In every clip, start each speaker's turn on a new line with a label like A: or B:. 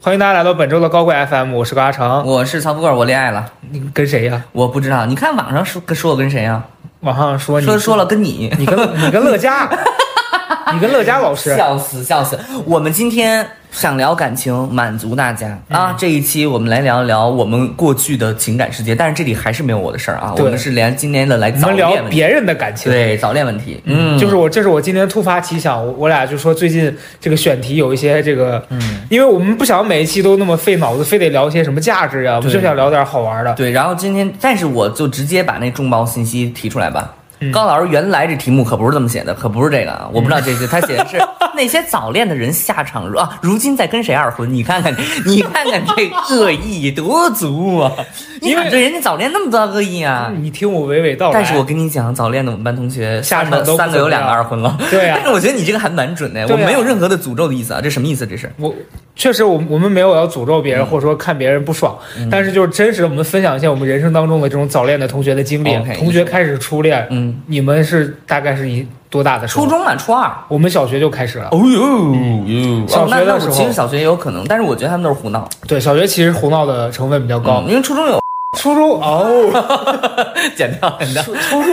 A: 欢迎大家来到本周的高贵 FM，我是个阿成。
B: 我是曹富贵，我恋爱了，
A: 你跟谁呀、
B: 我不知道。你看网上说说我跟谁啊？
A: 网上说你
B: 说说了跟你，
A: 你跟你跟乐嘉，啊 你跟乐嘉老师，
B: 笑死笑死。我们今天想聊感情，满足大家
A: 嗯
B: 啊！这一期我们来聊一聊我们过去的情感世界，但是这里还是没有我的事儿啊。
A: 对
B: 我们是连今天的来
A: 我
B: 早
A: 们聊
B: 恋问题，
A: 别人的感情。
B: 对早恋问题，嗯，
A: 就是我，这是我今天突发奇想，我我俩就说最近这个选题有一些这个，嗯，因为我们不想每一期都那么费脑子，非得聊一些什么价值呀、我们
B: 对
A: 就想聊点好玩的。
B: 对。然后今天，但是我就直接把那重磅信息提出来吧。
A: 嗯
B: 高老师原来这题目可不是这么写的，可不是这个啊！我不知道这是
A: 嗯
B: 他写的 是那些早恋的人下场如啊，如今在跟谁二婚？你看看，你看看这恶意多足啊！你
A: 因为
B: 咋对人家早恋那么多恶意啊？
A: 你听我娓娓道来。
B: 但是我跟你讲，早恋的我们班同学
A: 下
B: 三个
A: 场都不
B: 三个有
A: 怎么
B: 两
A: 样
B: 个二婚了。
A: 对啊
B: 但是我觉得你这个还蛮准的，
A: 对
B: 我
A: 啊
B: 没有任何的诅咒的意思啊，这什么意思？这是
A: 我确实，我们我们没有要诅咒别
B: 嗯
A: 人，或者说看别人不爽，但是就是真实，我们分享一下我们人生当中的这种早恋的同学的经历。
B: OK，
A: 同学开始初恋，
B: 嗯，
A: 你们是大概是以多大的时候
B: 初？中嘛，初二。
A: 我们小学就开始了。
B: 哦呦呦
A: 嗯小学的
B: 那那
A: 时
B: 我
A: 候
B: 其实小学也有可能，但是我觉得他们都是胡闹。
A: 对，小学其实胡闹的成分比较高。
B: 嗯因为初中有
A: 初中哦，
B: 剪掉，剪 掉。
A: 初初中。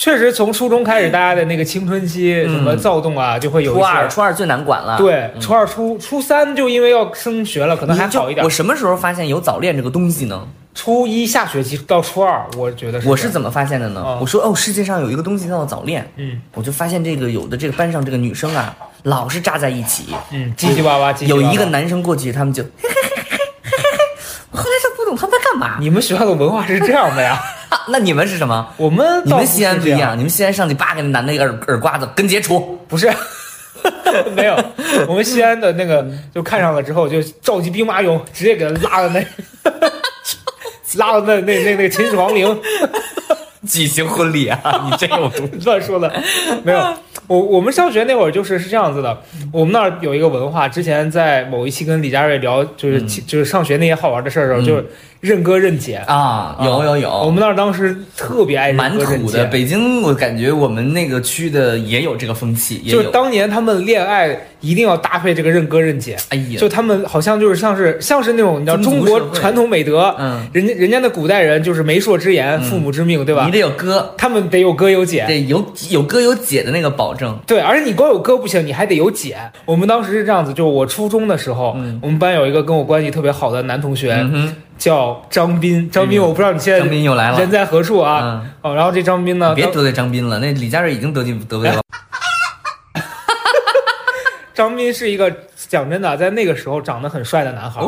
A: 确实，从初中开始，大家的那个青春期什么躁动啊，就会有一
B: 嗯初二，
A: 些。
B: 初二嗯最难管了。，
A: 对，初二、初初三就因为要升学了，可能还
B: 就
A: 好一点
B: 我。什么时候发现有早恋这个东西呢？
A: 初一下学期到初二，我觉得是
B: 我
A: 这
B: 是
A: 样
B: 怎么发现的呢？
A: 嗯
B: 我说哦，世界上有一个东西叫做早恋，
A: 嗯
B: 我就发现这个有的这个班上这个女生啊，老是扎在一起，
A: 嗯，叽叽哇哇，叽叽
B: 有
A: 哇哇
B: 一个男生过去，他们就。 我后来就不懂他们在干嘛。
A: 你们学校的文化是这样的呀？
B: 啊那你们是什么？
A: 我们
B: 你
A: 倒
B: 们
A: 是
B: 西安不
A: 这
B: 一，样，你们西安上去叭给那男的一个耳耳刮子，跟杰出。
A: 不是。没有，我们西安的那个就看上了之后，就召集兵马俑，直接给他拉到那， 拉到那那那那个秦始皇陵，
B: 举行婚礼啊！你这个我不
A: 乱说的。没有，我我们上学那会儿就是是这样子的，我们那儿有一个文化，之前在某一期跟李佳瑞聊，就是、就是上学那些好玩的事儿的时候，
B: 嗯
A: 就是认哥认姐。
B: 啊，有有有，
A: 我们那儿当时特别爱认
B: 蛮
A: 哥认
B: 土
A: 姐，
B: 的。北京，我感觉我们那个区的也有这个风气，也
A: 就
B: 有
A: 是。当年他们恋爱一定要搭配这个认哥认姐，
B: 哎呀，
A: 就他们好像就是像是像是那种你知道
B: 宗
A: 中
B: 族
A: 国
B: 社会
A: 传统美德，
B: 嗯，
A: 人家人家的古代人就是媒妁之言，父母之命，对吧
B: 你？得有哥，
A: 他们得有哥有姐，
B: 得有有哥有姐的那个保证。
A: 对，而且你光有哥不行，你还得有姐。我们当时是这样子，就是我初中的时候，
B: 嗯
A: 我们班有一个跟我关系特别好的男同学，
B: 嗯哼，
A: 叫张斌。张斌，
B: 嗯
A: 我不知道你现在
B: 张斌又来了嗯
A: 人在何处啊？哦，然后这张斌呢，
B: 别
A: 当
B: 得罪张斌了，那李佳瑞已经得罪得罪了。
A: 张斌是一个讲真的，在那个时候长得很帅的男
B: 哦
A: 孩，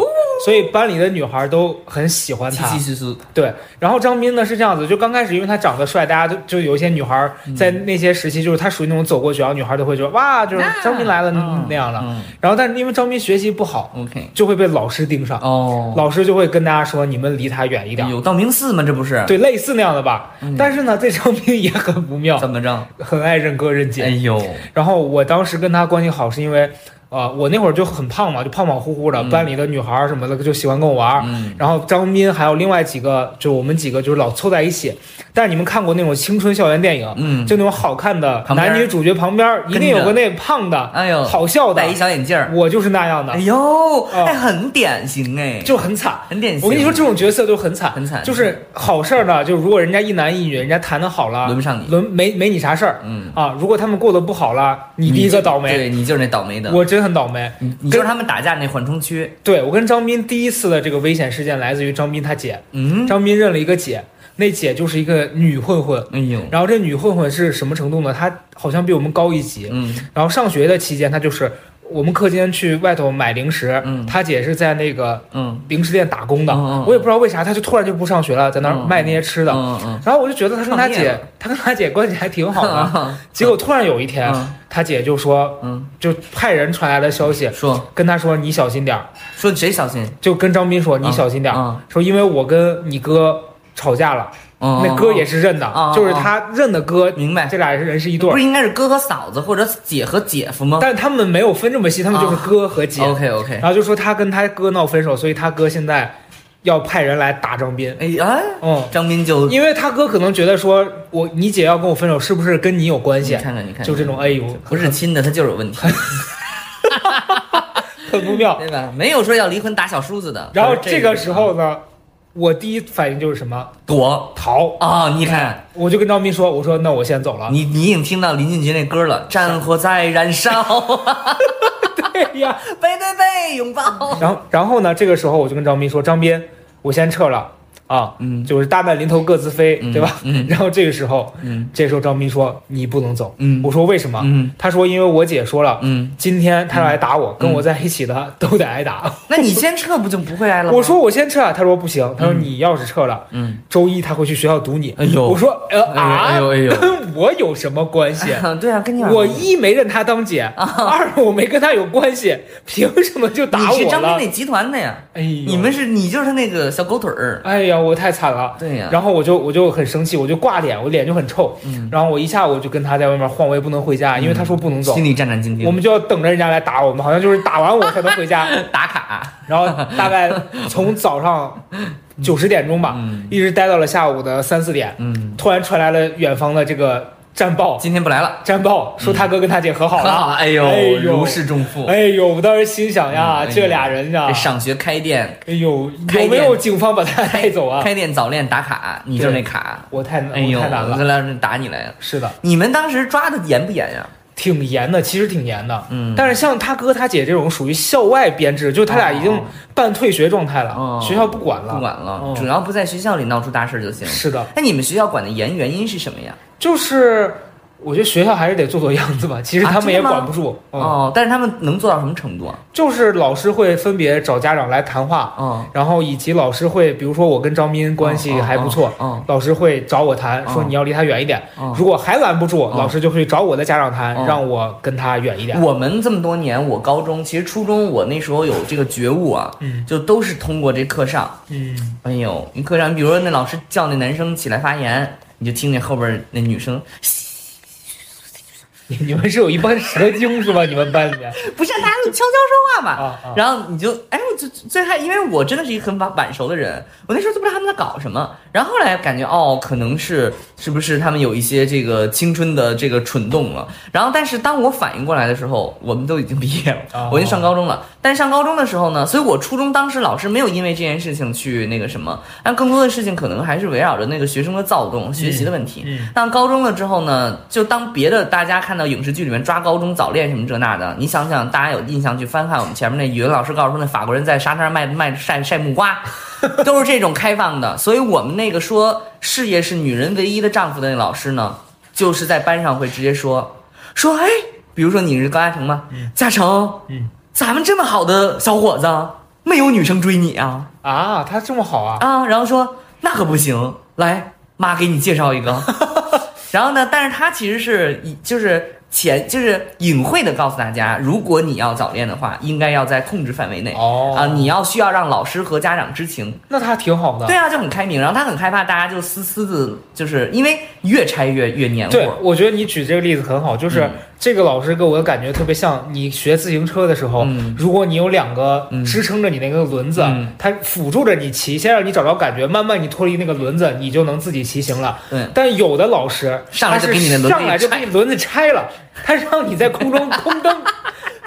A: 所以班里的女孩都很喜欢
B: 稀
A: 他
B: 稀。疏疏，
A: 对，然后张斌呢是这样子，就刚开始因为他长得帅，大家都就有一些女孩在那些时期，就是他属于那种走过学校，女孩都会觉得哇，就是张斌来了
B: 嗯
A: 那样的。
B: 嗯
A: 然后，但是因为张斌学习不好，
B: ，OK，
A: 就会被老师盯上，
B: 哦，
A: 啊老师就会跟大家说你们离他远一点，
B: 有道明寺吗？这不是？，
A: 对，类似那样的吧。
B: 嗯
A: 但是呢，这张斌也很不妙，
B: 怎么着？
A: 很爱认哥认姐。
B: 哎呦，
A: 然后我当时跟他关系好，是因为，呃，我那会儿就很胖嘛，就胖胖乎乎的，班里的女孩儿什么的就喜欢跟我玩儿。
B: 嗯
A: 然后张斌还有另外几个，就我们几个就是老凑在一起。但是你们看过那种青春校园电影，
B: 嗯，
A: 就那种好看的
B: 旁边
A: 男女主角旁边儿一定有个那胖的、
B: 哎呦，
A: 好笑的
B: 戴，一小眼镜儿，
A: 我就是那样的
B: 哎，呦，
A: 啊
B: 哎，很典型哎，
A: 就很惨。
B: 很典型。
A: 我跟你说，，这种角色就很惨，
B: 很惨
A: 就是好事儿呢，就如果人家一男一女，人家谈的好
B: 轮
A: 了，
B: 不上你，
A: 轮没没你啥事儿
B: 嗯，
A: 啊。如果他们过得不好了，你第一个
B: 就
A: 倒霉，
B: 对你就是那倒霉的。
A: 我真很倒霉。
B: 你你就是他们打架那缓冲区，
A: 对我跟张斌第一次的这个危险事件来自于张斌他姐，
B: 嗯，
A: 张斌认了一个姐，那姐就是一个女混混。
B: 哎呦，
A: 然后这女混混是什么程度呢？她好像比我们高一级。
B: 嗯，
A: 然后上学的期间，她就是我们课间去外头买零食，
B: 嗯
A: 她姐是在那个
B: 嗯，
A: 零食店打工的。
B: 嗯嗯嗯
A: 我也不知道为啥，她就突然就不上学了，在那儿
B: 嗯
A: 卖那些吃的。
B: 嗯嗯
A: 然后我就觉得她跟她
B: 创业
A: 姐，她跟她姐关系还挺好的。啊
B: 嗯，
A: 结果突然有一天
B: 嗯，
A: 她姐就说，
B: 嗯，
A: 就派人传来的消息，
B: 说
A: 跟她说你小心点儿，
B: 说谁小心？
A: 就跟张斌说你小心点儿，
B: 嗯
A: 说因为我跟你哥吵架了，
B: 嗯，
A: 那哥也
B: 是，
A: 是认
B: 嗯
A: 的
B: 嗯，
A: 就是他认的哥，
B: 明白
A: 这俩人是一对
B: 不
A: 儿
B: 是，应该是哥和嫂子或者姐和姐夫吗
A: 但是他们没有分这么细，他们就是哥和姐。
B: 啊？OK OK，
A: 然后就说他跟他哥闹分手，所以他哥现在要派人来打张斌。
B: 哎哎，
A: 嗯，
B: 张斌就
A: 因为他哥可能觉得说我你姐要跟我分手，是不是跟你有关
B: 你
A: 系？
B: 看看你看，
A: 就这种，哎呦，
B: 不是亲的，他就是有问题。
A: 很不妙。
B: 对吧？没有说要离婚打小叔子的。
A: 然后
B: 这
A: 这个时候
B: 嗯
A: 呢，我第一反应就是什么
B: 躲
A: 逃，
B: 啊、你看，
A: 我就跟张斌说，我说那我先走 了。
B: 你你已经听到林俊杰那歌了，《战火在燃 烧》，
A: 对哎呀，
B: 背对背拥抱。
A: 然后然后呢，这个时候我就跟张斌说，张斌，我先撤了啊，
B: 嗯
A: 就是大难临头各自飞，对吧？
B: 嗯
A: 然后这个时候，
B: 嗯
A: 这时候张斌说你不能走，
B: 嗯
A: 我说为什么？
B: 嗯
A: 他说因为我姐说了，
B: 嗯，
A: 今天她要来打我，跟我在一起的都得挨打。
B: 那你先撤不就不会挨了吗？
A: 我说我先撤啊，他说不行，他说你要是撤了，
B: 嗯，
A: 周一他会去学校堵你。
B: 哎呦
A: 我说呃啊，
B: 哎呦哎呦哎呦
A: 跟 我有什么关 系？
B: 啊，对啊，跟你
A: 我一没认她当姐，二我没跟她有关系，凭什么就打
B: 啊你是
A: 我
B: 张斌
A: 了？
B: 那集团的呀，
A: 哎呦，
B: 你们是你就是那个小狗腿儿，
A: 哎呀，我太惨了。
B: 对呀
A: 然后我就我就很生气，我就挂脸，我脸就很臭。
B: 嗯
A: 然后我一下午就跟他在外面晃，我也不能回家，因为他说不能走
B: 心，里战战兢兢。
A: 我们就要等着人家来打我们，好像就是打完我才能回 家。
B: 打卡，
A: 然后大概从早上九十点钟吧，
B: 嗯
A: 一直待到了下午的三四点，
B: 嗯，
A: 突然传来了远方的这个战报，
B: 今天不来了，
A: 战报说他哥跟他姐和好
B: 很
A: 了。
B: 好， 哎呦，
A: 哎呦
B: 如释重负。
A: 哎呦，我当时心想呀，
B: 嗯哎呦
A: 这俩人呀
B: 这，上学开店，
A: 哎呦，
B: 开
A: 有没
B: 店
A: 有警方把他带走啊？
B: 开店早恋打卡，你就是那卡，
A: 我太难，
B: 哎
A: 我
B: 呦，
A: 太难
B: 我
A: 了。
B: 来打你来了。
A: 是的，
B: 你们当时抓的严不严呀？
A: 挺严的，其实挺严的。
B: 嗯
A: 但是像他哥他姐这种属于校外编制，就他俩已经
B: 哦
A: 半退学状态了，
B: 哦
A: 学校不管了。
B: 不管了
A: 哦，
B: 主要不在学校里闹出大事就行。哎
A: 是的，
B: 那你们学校管的严，原因是什么呀？
A: 就是我觉得学校还是得做做样子吧，其实
B: 啊
A: 他们也
B: 真的吗
A: 管不住。嗯
B: 哦，但是他们能做到什么程度啊？
A: 就是老师会分别找家长来谈话，
B: 哦，
A: 然后以及老师会，比如说我跟张斌关系还不错，
B: 哦
A: 老师会找我谈，
B: 哦
A: 说你要离他远一点。
B: 哦
A: 如果还拦不住，
B: 哦
A: 老师就会找我的家长谈，
B: 哦
A: 让我跟他远一点。
B: 我们这么多年，我高中其实初中我那时候有这个觉悟啊，
A: 嗯
B: 就都是通过这课上。
A: 嗯，
B: 哎呦，你课上，比如说那老师叫那男生起来发言，你就听见后边那女生
A: 你 你们是有一帮蛇精是吧？你们班里面
B: 不是大家都悄悄说话嘛，
A: 啊啊
B: 然后你就哎，我就最害，因为我真的是一个很晚晚熟的人，我那时候都不知道他们在搞什么，然后后来感觉哦，可能是是不是他们有一些这个青春的这个蠢动了，然后但是当我反应过来的时候，我们都已经毕业
A: 哦
B: 了，我已经上高中了，但上高中的时候呢，所以我初中当时老师没有因为这件事情去那个什么，但更多的事情可能还是围绕着那个学生的躁动、学习的问题。
A: 嗯
B: 但高中了之后呢，就当别的大家看到影视剧里面抓高中早恋什么这那的，你想想，大家有印象去翻看我们前面那语文老师告诉说那法国人在沙滩上卖卖晒晒 木瓜，都是这种开放的。所以我们那个说事业是女人唯一的丈夫的那老师呢，就是在班上会直接说说哎，比如说你是高嘉诚吗？嘉诚，
A: 嗯，
B: 咱们这么好的小伙子，没有女生追你啊？
A: 啊，他这么好啊？
B: 啊，然后说那可不行，来，妈给你介绍一 个。然后呢，但是他其实是以就是前就是隐晦的告诉大家，如果你要早恋的话，应该要在控制范围内。
A: 哦
B: 啊，你要需要让老师和家长知情，
A: 那他挺好的。
B: 对啊，就很开明。然后他很害怕大家就私私自，就是因为越拆越越黏糊。
A: 对，我觉得你举这个例子很好，就是
B: 嗯
A: 这个老师给我的感觉特别像你学自行车的时候，
B: 嗯
A: 如果你有两个
B: 嗯
A: 支撑着你那个轮子，
B: 嗯
A: 它辅助着你骑，先让你找着感觉，慢慢你脱离那个轮子，你就能自己骑行了。
B: 对
A: 但有的老师
B: 上来就
A: 他是
B: 给你的轮子
A: 上来就给你轮子拆了，他让你在空中 空蹬，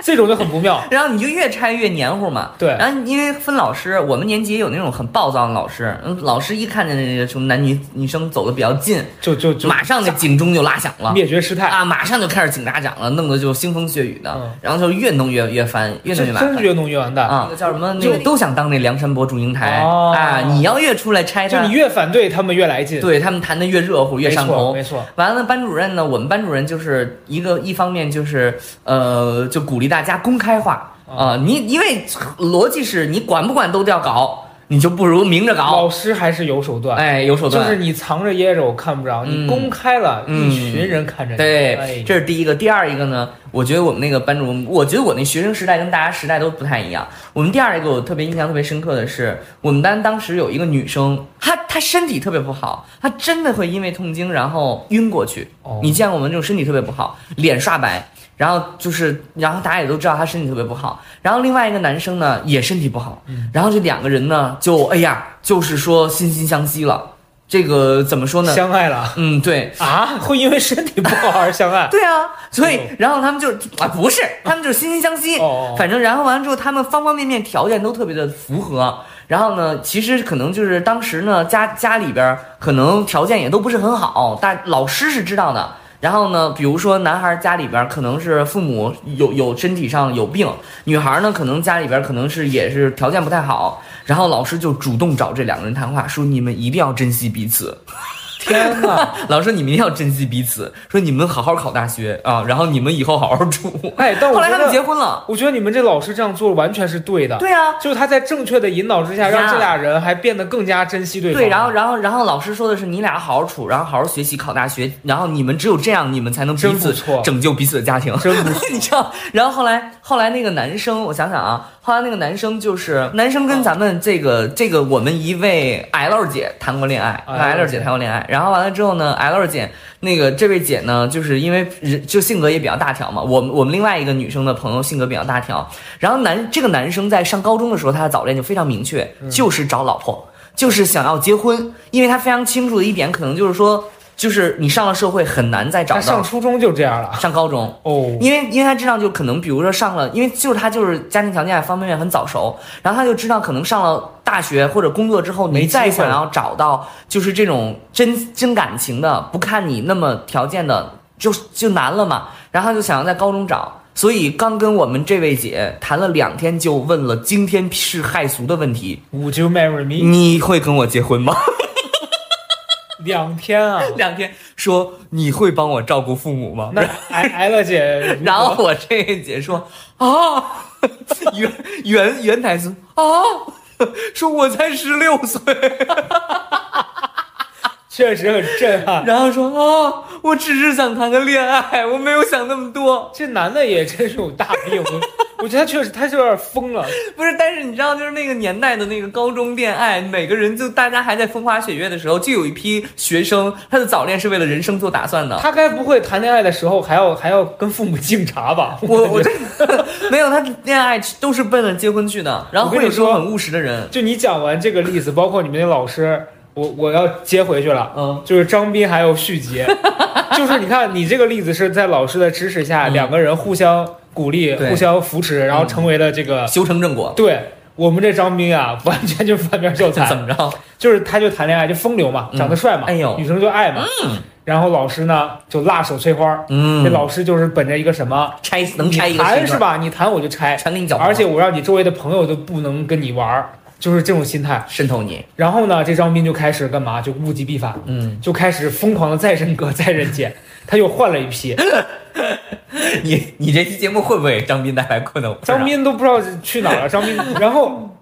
A: 这种就很不妙。
B: 然后你就越拆越黏糊嘛。
A: 对
B: 然后因为分老师，我们年级也有那种很暴躁的老师，嗯老师一看见那个什么男女女生走的比较近，
A: 就就就
B: 马上那警钟就拉响了。
A: 灭绝师太，
B: 啊，马上就开始警察长了，弄得就腥风血雨的，
A: 嗯
B: 然后就越弄越越翻，越弄
A: 这
B: 越麻
A: 真是
B: 烦
A: 越弄越完蛋。
B: 啊！那个叫什么？那
A: 就
B: 个
A: 你
B: 都想当那梁山伯祝英台、
A: 哦
B: 啊！你要越出来拆
A: 就
B: 他
A: 你，越反对，他们越来劲。
B: 对他们谈的越热乎，越
A: 没
B: 上
A: 错，
B: 头
A: 没。错。
B: 完了，班主任呢？我们班主任就是一个一方面就是呃，就鼓励大家公开化
A: 哦
B: 啊、你因为逻辑是你管不管都要搞，你就不如明着搞
A: 老，师还是有手段。
B: 哎，有手
A: 就
B: 段。
A: 是你藏着掖着，我看不着；
B: 嗯
A: 你公开了，
B: 嗯
A: 一群人看着你。哎
B: 对，这是第一个。第二一个呢，我觉得我们那个班主，我觉得我那学生时代跟大家时代都不太一样。我们第二一个我特别印象特别深刻的是，我们班当时有一个女生，她她身体特别不好，她真的会因为痛经然后晕过去。
A: 哦
B: 你见过我们这种身体特别不好，脸刷白，然后就是，然后大家也都知道她身体特别不好。然后另外一个男生呢
A: 嗯
B: 也身体不好，然后这两个人呢就哎呀，就是说惺惺相惜了。这个怎么说呢？
A: 相爱 了
B: 嗯，对。
A: 啊？会因为身体不好而相爱？
B: 对啊，所以
A: 哦
B: 然后他们就啊不是，他们就是惺惺相惜
A: 哦哦，
B: 反正然后完了之后，他们方方面面条件都特别的符合。然后呢，其实可能就是当时呢家家里边儿可能条件也都不是很好，但老师是知道的。然后呢，比如说男孩家里边儿可能是父母有有身体上有病，女孩呢可能家里边儿可能是也是条件不太好，然后老师就主动找这两个人谈话，说你们一定要珍惜彼此。
A: 天 哪！
B: 老师，你们一定要珍惜彼此，说你们好好考大学啊，然后你们以后好好住。
A: 哎，但
B: 后
A: 我
B: 来
A: 觉
B: 他们结
A: 得，
B: 婚了，
A: 我觉得你们这老师这样做完全是对的。
B: 对啊，
A: 就是他在正确的引导之下，
B: 呀
A: 让这俩人还变得更加珍惜对方。
B: 对，然后然后然后老师说的是你俩好好处，然后好好学习考大学，然后你们只有这样，你们才能彼
A: 真不
B: 此
A: 错
B: 拯救彼此的家庭。
A: 真不
B: 你知道，然后后来后来那个男生，我想想啊，后来那个男生就是男生
A: 嗯
B: 跟咱们这个这个我们一位 L 姐谈过恋爱
A: 啊
B: 跟，L 姐谈过恋爱，然后完了之后呢，L 姐那个这位姐呢，就是因为人就性格也比较大条嘛，我们我们另外一个女生的朋友性格比较大条，然后男这个男生在上高中的时候，他的早恋就非常明确，
A: 嗯
B: 就是找老婆，就是想要结婚，因为他非常清楚的一点，可能就是说。就是你上了社会很难再找
A: 他上
B: 到
A: 初中就这样了。
B: 上高中，
A: 哦，
B: 因为因为他知道，就可能比如说上了，因为就是他就是家庭条件方面很早熟，然后他就知道可能上了大学或者工作之后，
A: 没
B: 你再
A: 机会
B: 想要找到就是这种真真感情的，不看你那么条件的，就就难了嘛。然后他就想要在高中找，所以刚跟我们这位姐谈了两天，就问了惊天世骇俗的问题：
A: Would you marry me？
B: 你会跟我结婚吗？
A: 两天啊，
B: 两天说你会帮我照顾父母吗？
A: 那 艾艾乐姐，
B: 然后我这位姐说啊， 原原原台词啊， 说我才十六岁，
A: 确实很震撼。
B: 然后说啊，我只是想谈个恋爱，我没有想那么多。
A: 这男的也真是有大病， 我我觉得他确实他是有点疯了。
B: 不是，但是你知道，就是那个年代的那个高中恋爱，每个人就大家还在风花雪月的时候，就有一批学生，他的早恋是为了人生做 打算的。
A: 他该不会谈恋爱的时候还要还要跟父母敬茶 吧？
B: 我我
A: 感觉
B: 这没有，他恋爱都是奔着结婚去的，然后
A: 我跟
B: 会
A: 你
B: 有这种
A: 说
B: 很务实的人，
A: 就你讲完这个例子，包括你们那老师，我我要接回去了。
B: 嗯，
A: 就是张斌还有续 集，就是你看你这个例子是在老师的支持下，
B: 嗯
A: 两个人互相鼓励、
B: 对嗯
A: 互相扶持，然后成为了这个。
B: 修成正果，
A: 对我们这张斌啊， 完全就是反面教材。
B: 怎么着？
A: 就是他就谈恋爱就风流嘛，
B: 嗯
A: 长得帅嘛，
B: 哎呦
A: 女生就爱嘛。然后老师呢就辣手摧花儿，
B: 嗯
A: 这老师就是本着一个什么，
B: 拆能拆一
A: 你
B: 个
A: 谈
B: 身份
A: 是吧？你谈我就拆，
B: 全给你搅黄
A: 而且我让你周围的朋友都不能跟你玩儿，就是这种心态。
B: 渗透你，
A: 然后呢，这张斌就开始干嘛？就物极必反，
B: 嗯，
A: 就开始疯狂的再认哥再认姐，他又换了一批，
B: 啊你你这期节目会不会给张斌带来困难？
A: 张 斌都不知道去哪儿了。张斌，然后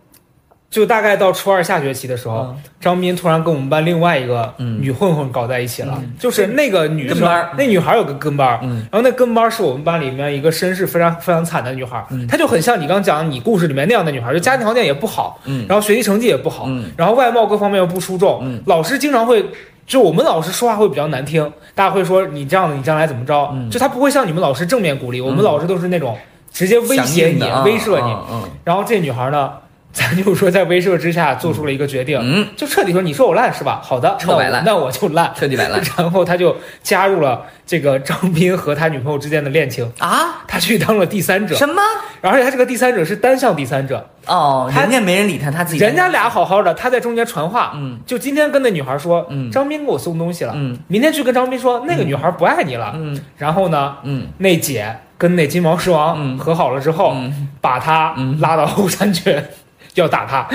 A: 就大概到初二下学期的时候，张斌突然跟我们班另外一个
B: 嗯
A: 啊女混混搞在一起了，就是那个女生
B: 跟班儿，
A: 那女孩有个跟班儿，
B: 嗯
A: 然后那跟班儿是我们班里面一个身世非常非常惨的女孩，
B: 嗯
A: 她就很像你刚讲你故事里面那样的女孩，就家庭条件也不好，
B: 嗯
A: 然后学习成绩也不好，
B: 嗯
A: 然后外貌各方面又不出众，
B: 嗯
A: 老师经常会。就我们老师说话会比较难听，大家会说你这样的你将来怎么着？
B: 嗯
A: 就他不会像你们老师正面鼓励，我们
B: 嗯
A: 老师都是那种直接威胁你、威慑你。
B: 嗯
A: 然后这女孩呢， 咱就说在威慑之下做出了一个决定，
B: 嗯，
A: 就彻底说你说我烂是吧？好的，
B: 臭
A: 那我
B: 摆烂
A: 那我就烂。
B: 彻底 摆烂
A: 然后他就加入了这个张斌和他女朋友之间的恋情，
B: 啊？
A: 他去当了第三者，
B: 什么？
A: 而且他这个第三者是单向第三者，
B: 哦，
A: 他
B: 人家没人理他，他自己
A: 人家俩好好的，他在中间传话，
B: 嗯，
A: 就今天跟那女孩说，
B: 嗯
A: 张斌给我送东西了，
B: 嗯
A: 明天去跟张斌说那个女孩不爱你了，
B: 嗯
A: 然后呢，
B: 嗯
A: 那姐跟那金毛狮王
B: 嗯
A: 和好了之后，
B: 嗯
A: 把他
B: 嗯
A: 拉到后山去。要打 他，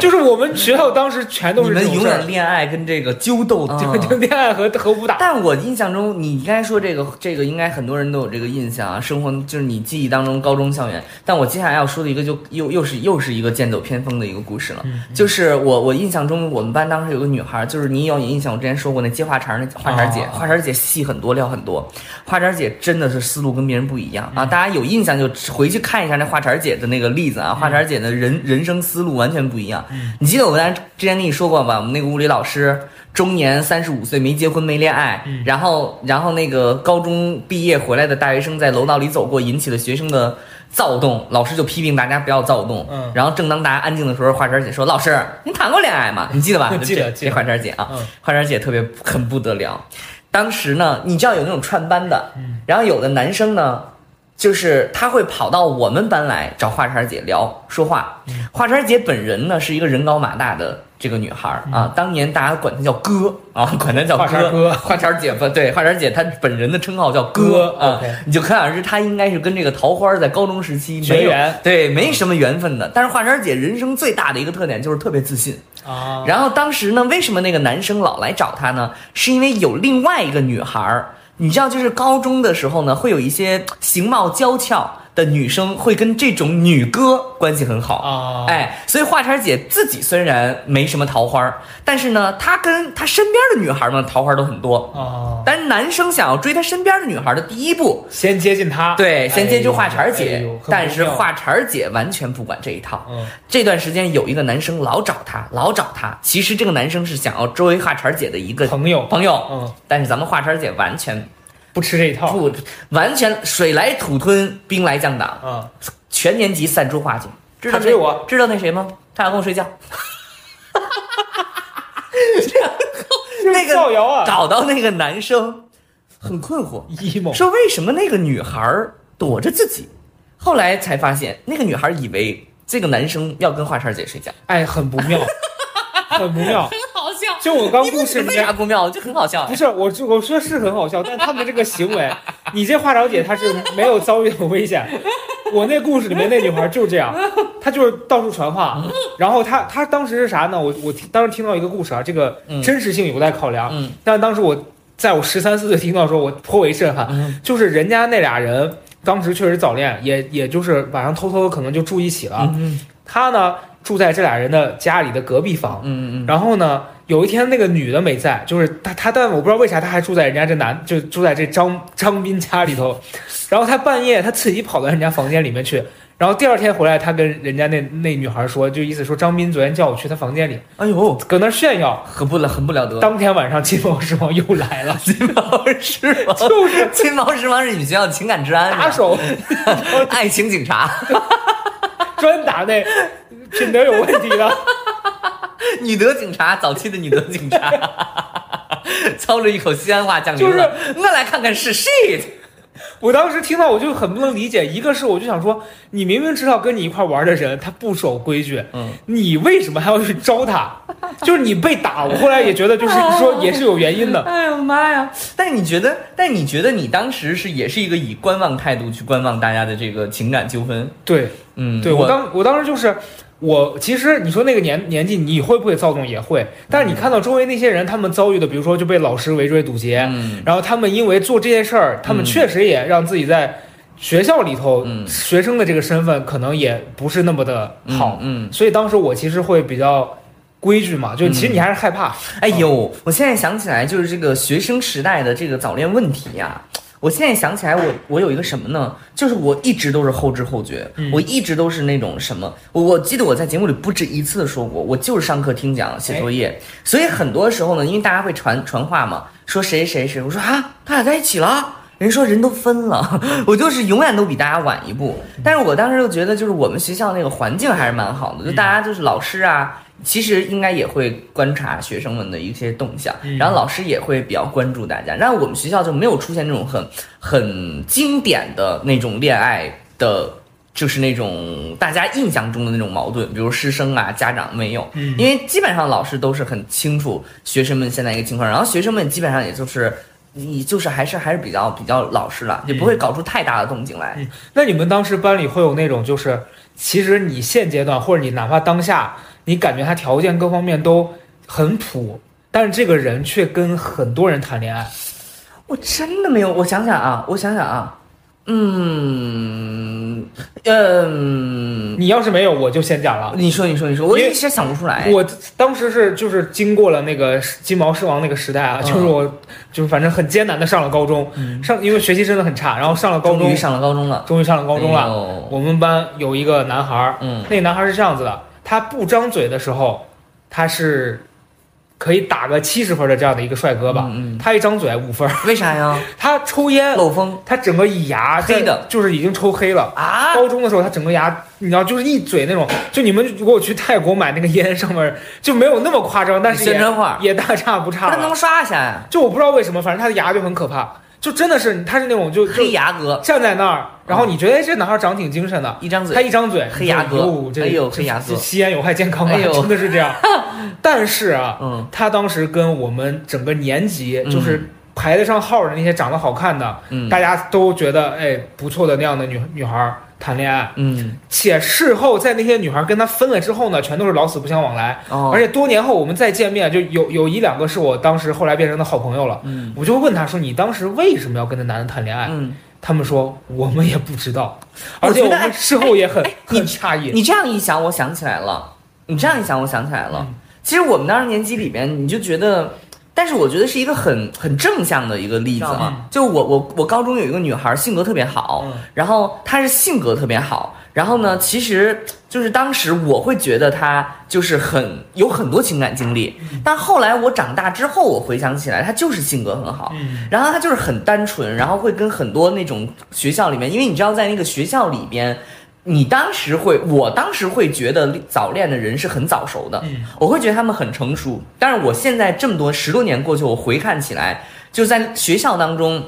A: 就是我们学校当时全都
B: 你
A: 是这
B: 们
A: 种
B: 永
A: 事儿嗯
B: 远，恋爱跟这个纠斗
A: 就就恋爱和和武打。
B: 但我印象中，你应该说这个这个应该很多人都有这个印象啊，生活就是你记忆当中高中校园。但我接下来要说的一个就又又是又是一个剑走偏锋的一个故事了，就是我我印象中我们班当时有个女孩，就是你有印象，我之前说过那接话茬儿那花茬儿姐，
A: 哦
B: 花茬儿姐戏很多料很多，花茬儿姐真的是思路跟别人不一样啊！大家有印象就回去看一下那花茬儿姐的那个例子啊，花茬儿姐的人人生思路完全不一样。你记得我咱之前跟你说过吧？我们那个物理老师中年三十五岁，没结婚没恋爱，
A: 嗯
B: 然后然后那个高中毕业回来的大学生在楼道里走过，引起了学生的躁动，老师就批评大家不要躁动。
A: 嗯
B: 然后正当大家安静的时候，华晨姐说：“老师，您谈过恋爱吗？你记得吧？”
A: 记得
B: 这
A: 记得
B: 这华晨姐啊
A: 嗯，
B: 华晨姐特别很不得了。当时呢，你知道有那种串班的，然后有的男生呢，就是他会跑到我们班来找华晨姐聊说话。华晨姐本人呢是一个人高马大的这个女孩儿啊，当年大家管她叫哥啊，管她叫
A: 华晨
B: 哥
A: 哥，
B: 华晨姐吧，对，华晨姐她本人的称号叫哥
A: 哥
B: 啊
A: OK，
B: 你就可想而知，她应该是跟这个桃花在高中时期没
A: 绝
B: 有
A: 缘，
B: 对，没什么缘分的。但是华晨姐人生最大的一个特点就是特别自信。
A: 啊，
B: 然后当时呢，为什么那个男生老来找她呢？是因为有另外一个女孩儿，你知道，就是高中的时候呢，会有一些形貌娇俏的女生会跟这种女哥关系很好
A: 哦
B: 哎，所以华晨姐自己虽然没什么桃花儿，但是呢，她跟她身边的女孩们桃花儿都很多。
A: 啊，
B: 但是男生想要追她身边的女孩的第一步，
A: 先接近他，
B: 对，先接就
A: 哎
B: 华
A: 呦
B: 晨儿姐，
A: 哎呦很
B: 但是
A: 不妙
B: 华晨儿姐完全不管这一套。
A: 嗯
B: 这段时间有一个男生老找她，老找她。其实这个男生是想要追华晨儿姐的一个
A: 朋友
B: 朋友，
A: 嗯
B: 但是咱们华晨儿姐完全
A: 不吃这一套，
B: 不，完全水来土吞，兵来将挡，
A: 啊，
B: 全年级散出话去。知道
A: 他追
B: 那
A: 我，
B: 知道那谁吗？他想跟我睡觉。那
A: 造
B: 个
A: 谣啊
B: 找到那个男生很困惑，
A: ，emo
B: 说为什么那个女孩儿躲着自己？后来才发现，那个女孩儿以为这个男生要跟华晨姐睡觉，
A: 哎，很不妙，很不 妙。
B: 很 好笑。
A: 就我刚
B: 你
A: 故
B: 不
A: 事
B: 觉
A: 里
B: 得
A: 面
B: 啥，不妙？就很好笑
A: 不。是我就我说是很好笑，但他们这个行为，你这华长姐她是没有遭遇到危险。我那故事里面那女孩就这样，她就是到处传话，然后她她当时是啥呢？我我听当时听到一个故事啊，这个
B: 嗯
A: 真实性有待考量。
B: 嗯
A: 但当时我在我十三四岁听到的时候，我颇为震撼，
B: 嗯
A: 就是人家那俩人当时确实早恋，也也就是晚上偷偷可能就住一起了。
B: 嗯
A: 他呢住在这俩人的家里的隔壁房，
B: 嗯嗯
A: 然后呢，有一天那个女的没在，就是她她，但我不知道为啥她还住在人家这男，就住在这张张斌家里 头。然后她半夜她自己跑到人家房间里面去，然后第二天回来，她跟人家那那女孩说，就意思说张斌昨天叫我去他房间里，
B: 哎呦，
A: 搁那儿炫耀。
B: 很不了，很不了得。，
A: 当天晚上金毛狮王又来了
B: 金毛狮王，
A: 就是
B: 金毛狮王是你们学校情感治安
A: 打
B: 是
A: 手
B: 吧，爱情警察，
A: 专打那品德有问题的。
B: 女德警察，早期的女德警察，操着一口西安话降临
A: 就是
B: 了。我来看看是 shit，
A: 我当时听到我就很不能理解，一个是我就想说，你明明知道跟你一块玩的人他不守规矩，
B: 嗯，
A: 你为什么还要去招他？就是你被打，我后来也觉得就是说也是有原因的。
B: 哎呦妈呀！但你觉得，但你觉得你当时是也是一个以观望态度去观望大家的这个情感纠纷？
A: 对，
B: 嗯，
A: 对我当我当时就是。我其实你说那个年年纪，你会不会躁动也会，但是你看到周围那些人，他们遭遇的，比如说就被老师围追堵截，
B: 嗯
A: 然后他们因为做这件事儿，他们
B: 嗯
A: 确实也让自己在学校里头，
B: 嗯
A: 学生的这个身份可能也不是那么的好，
B: 嗯，
A: 所以当时我其实会比较规矩嘛，就其实你还是害怕，
B: 哎呦，我现在想起来，就是这个学生时代的这个早恋问题啊呀、我现在想起来我，我有一个什么呢？就是我一直都是后知后觉，
A: 嗯
B: 我一直都是那种什么，我我记得我在节目里不止一次说过，我就是上课听讲写作业，
A: 哎
B: 所以很多时候呢，因为大家会传传话嘛，说谁谁谁，我说啊，他俩在一起了。人说人都分了， 我就是永远都比大家晚一步。
A: 嗯
B: 但是我当时就觉得，就是我们学校那个环境还是蛮好的，就大
A: 嗯
B: 家就是老师啊，其实应该也会观察学生们的一些动向，
A: 嗯
B: 然后老师也会比较关注大家。但是我们学校就没有出现那种很很经典的那种恋爱的。就是那种大家印象中的那种矛盾，比如师生啊、家长没有，
A: 嗯
B: 因为基本上老师都是很清楚学生们现在一个情况，然后学生们基本上也就是，你就是还是还是比较比较老实了，
A: 嗯
B: 也不会搞出太大的动静来。
A: 那你们当时班里会有那种就是，其实你现阶段或者你哪怕当下，你感觉他条件各方面都很普，但是这个人却跟很多人谈恋爱，
B: 我真的没有，我想想啊，我想想啊，嗯嗯，
A: 你要是没有，我就先讲了。
B: 你说你说你说，我
A: 因为
B: 一时想不出来。
A: 我当时是就是经过了那个金毛狮王那个时代啊，
B: 嗯
A: 就是我就是反正很艰难的上了高中，上因为学习真的很差，然后上了高
B: 终
A: 中
B: 于，上了高中了，
A: 终于上了高中
B: 哎
A: 了。
B: 呦
A: 我们班有一个男孩儿，
B: 嗯
A: 那个男孩是这样子的，他不张嘴的时候，他是可以打个七十分的这样的一个帅哥吧，
B: 嗯嗯
A: 他一张嘴五分儿，
B: 为啥呀？
A: 他抽烟，
B: 漏风
A: 他整个牙在
B: 黑的
A: 就是已经抽黑了。
B: 啊！
A: 高中的时候，他整个牙，你知道，就是一嘴那种。就你们如果去泰国买那个烟，上面就没有那么夸张，但是
B: 宣
A: 也
B: 传画，
A: 也大差不
B: 不
A: 差
B: 是能
A: 了。
B: 刷一下呀？
A: 就我不知道为什么，反正他的牙就很可怕，就真的是他是那种就就
B: 黑牙哥，
A: 站在那儿，然后你觉得哎这男孩长挺精神的，
B: 一张
A: 他
B: 嘴，
A: 一张嘴，
B: 黑牙哥
A: 哟这
B: 哎呦
A: 这
B: 黑牙
A: 这
B: 哥
A: 吸烟有害健康啊，
B: 哎呦
A: 真的是这 样。但是啊，
B: 嗯
A: 他当时跟我们整个年级
B: 嗯
A: 就是排得上号的那些长得好看的，
B: 嗯
A: 大家都觉得哎不错的那样的女女孩儿谈恋爱，
B: 嗯
A: 且事后在那些女孩跟他分了之后呢，全都是老死不相往来。
B: 哦
A: 而，且多年后我们再见面，就有有一两个是我当时后来变成的好朋友了。
B: 嗯
A: 我就问他说：“你当时为什么要跟那男的谈恋爱？”
B: 嗯，
A: 他们说我们也不知道，
B: 我
A: 而且
B: 觉
A: 我
B: 得
A: 们
B: 哎
A: 事后也很
B: 哎
A: 很诧异。
B: 你这样一想，我想起来了。你这样一想，我想起来
A: 嗯
B: 了。其实我们当时年级里面，你就觉得，但是我觉得是一个很很正向的一个例子啊
A: 嗯。
B: 就我我我高中有一个女孩，性格特别好，
A: 嗯
B: 然后她是性格特别好，然后呢，其实就是当时我会觉得她就是很有很多情感经历，
A: 嗯
B: 但后来我长大之后，我回想起来，她就是性格很好，
A: 嗯
B: 然后她就是很单纯，然后会跟很多那种学校里面，因为你知道在那个学校里边。你当时会，我当时会觉得早恋的人是很早熟的，
A: 嗯
B: 我会觉得他们很成熟。但是我现在这么多十多年过去，我回看起来，就在学校当中，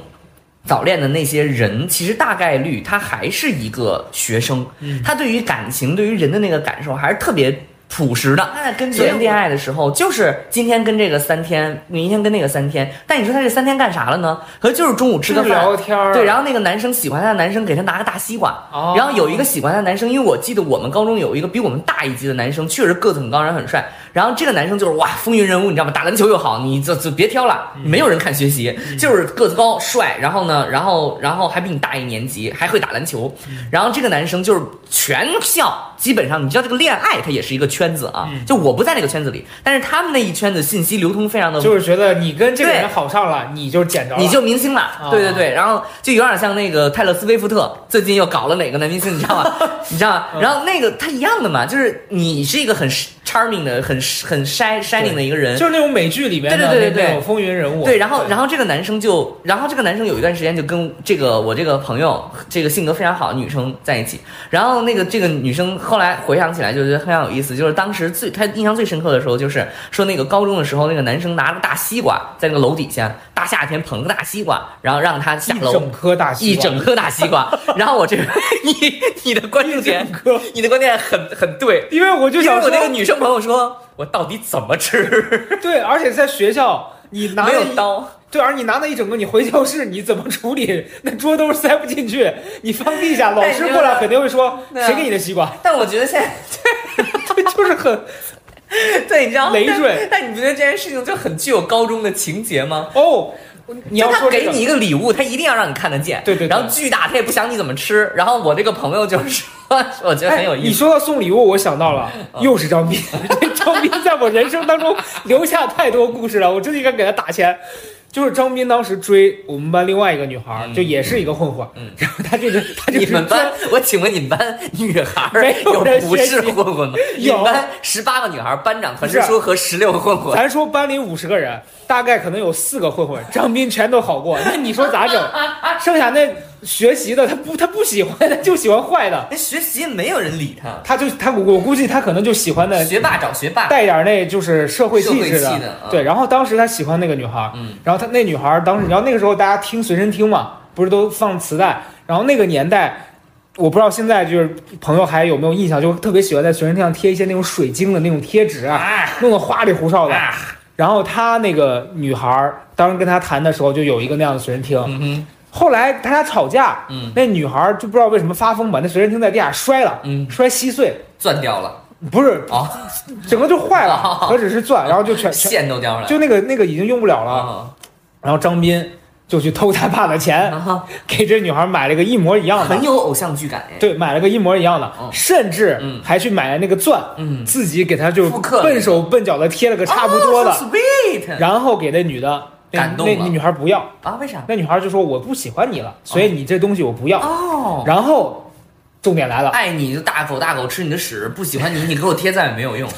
B: 早恋的那些人，其实大概率他还是一个学生，
A: 嗯
B: 他对于感情、对于人的那个感受还是特别朴实的。他在跟别人恋爱的时候，就是今天跟这个三天，明天跟那个三天。但你说他这三天干啥了呢？可能就是中午吃个
A: 就是
B: 饭，
A: 聊天儿，
B: 对，
A: 后
B: 然后那个男生喜欢他的男生给他拿个大西瓜，
A: 哦
B: 然后有一个喜欢他的男生，因为我记得我们高中有一个比我们大一级的男生，确实个子很高，然后很帅。然后这个男生就是哇，风云人物，你知道吗？打篮球又好，你就就别挑了，
A: 嗯
B: 没有人看学习，就是个子高帅，然后呢，然后然后还比你大一年级，还会打篮球。
A: 嗯
B: 然后这个男生就是全校基本上，你知道这个恋爱它也是一个圈子啊，
A: 嗯
B: 就我不在那个圈子里，但是他们那一圈子信息流通非常的
A: 就是觉得你跟这个人
B: 对
A: 好上了，你就捡着了，
B: 你就明星了，对对对，然后就有点像那个泰勒·斯威夫特最近又搞了哪个男明星，你知道 吗？你知道吗？然后那个他一样的嘛，就是你是一个很 charming 的、很很 shy shining 的一个人，
A: 就是那种美剧里面的
B: 对对对对
A: 那
B: 对
A: 那种风云人物。
B: 对，然后然
A: 后
B: 后这个男生就，然后这个男生有一段时间就跟这个我这个朋友，这个性格非常好的女生在一起。然后那个这个女生后来回想起来就觉得非常有意思，就是当时最她印象最深刻的时候，就是说那个高中的时候，那个男生拿了个大西瓜在那个楼底下，大夏天捧个大西瓜，然后让她下
A: 一
B: 楼。
A: 整颗大西瓜，
B: 一整颗大西 瓜，然后我这你你的关注点
A: 一整颗，
B: 你的观点很很对，
A: 因为我就
B: 因为
A: 想
B: 我
A: 说，
B: 那个女生朋友说，我到底怎 么吃？
A: 对，而且在学校你拿
B: 没
A: 了
B: 有
A: 一
B: 刀，
A: 对，而你拿那一整个，你回教室你怎么处理？那桌兜塞不进去，你放地下，老
B: 哎
A: 师
B: 你
A: 过来
B: 说
A: 肯定会说
B: 对啊
A: 谁给你的西瓜？
B: 但我觉得现在
A: 对，就是很
B: 对，你知道
A: 累赘
B: 但。但你不觉得这件事情就很具有高中的情节吗？
A: 哦，你要
B: 就
A: 说
B: 他
A: 这
B: 给
A: 个
B: 你一个礼物，他一定要让你看得见。
A: 对对对
B: 然后巨大，他也不想你怎么吃。然后我这个朋友就是说， 我觉得很有
A: 哎。
B: 意
A: 你
B: 思。嗯
A: 说到送礼物，我想到了，又是张斌。 张斌在我人生当中留下太多故事了，我真的应该给他打钱。就是张斌当时追我们班另外一个女孩儿，
B: 嗯
A: 就也是一个混混，
B: 嗯
A: 然后他 就是他就
B: 你
A: 是
B: 们
A: 专
B: 班，我请问你们班女孩儿
A: 没有人
B: 不
A: 学
B: 是
A: 习
B: 混混吗？你
A: 有
B: 们班十八个女孩儿，班长团支
A: 不是
B: 书和十六个混混。
A: 咱说班里五十个人，大概可能有四个混混，张斌全都好过。那你说咋整？剩下那学习的，他不他不喜欢，他就喜欢坏的，
B: 那哎学习没有人理他，
A: 他就他我估计他可能就喜欢的
B: 学霸找学霸。
A: 带点儿那就是社会气质
B: 社
A: 的，
B: 会气的啊
A: 对。然后当时他喜欢那个女孩儿，
B: 嗯
A: 然后他那女孩儿当时，你知道那个时候大家听随身听嘛，不是都放磁带，然后那个年代。我不知道现在就是朋友还有没有印象，就特别喜欢在随身听上贴一些那种水晶的那种贴纸啊，
B: 哎
A: 弄得花里胡哨的。
B: 哎
A: 然后他那个女孩儿当时跟他谈的时候，就有一个那样的随身听。
B: 嗯哼，
A: 后来他俩吵架，
B: 嗯
A: 那女孩儿就不知道为什么发疯，把那随身听在地下摔了，
B: 嗯
A: 摔稀碎，
B: 钻掉了，
A: 不是
B: 哦，
A: 整个就坏了，
B: 哦
A: 可只是钻，然后就全全
B: 线都掉了。
A: 就那个那个已经用不了了。
B: 啊，
A: 然后张斌就去偷他爸的钱，
B: 然后
A: 给这女孩买了个一模一样的
B: 啊很，有偶像剧感哎。
A: 对，买了个一模一样的，
B: 嗯
A: 甚至
B: 嗯
A: 还去买了那个钻，
B: 嗯
A: 自己给他就
B: 复刻了
A: 笨手笨脚的贴了个差不多的，
B: 哦，so sweet
A: 然后给那女的。那
B: 感动
A: 那
B: 了
A: 那女孩不要，
B: 啊？为啥？
A: 那女孩就说我不喜欢你了，所以你这东西我不要。
B: 哦，哎
A: 然后，重点来了，
B: 爱你就大口大口吃你的屎，不喜欢你你给我贴赞也没有用。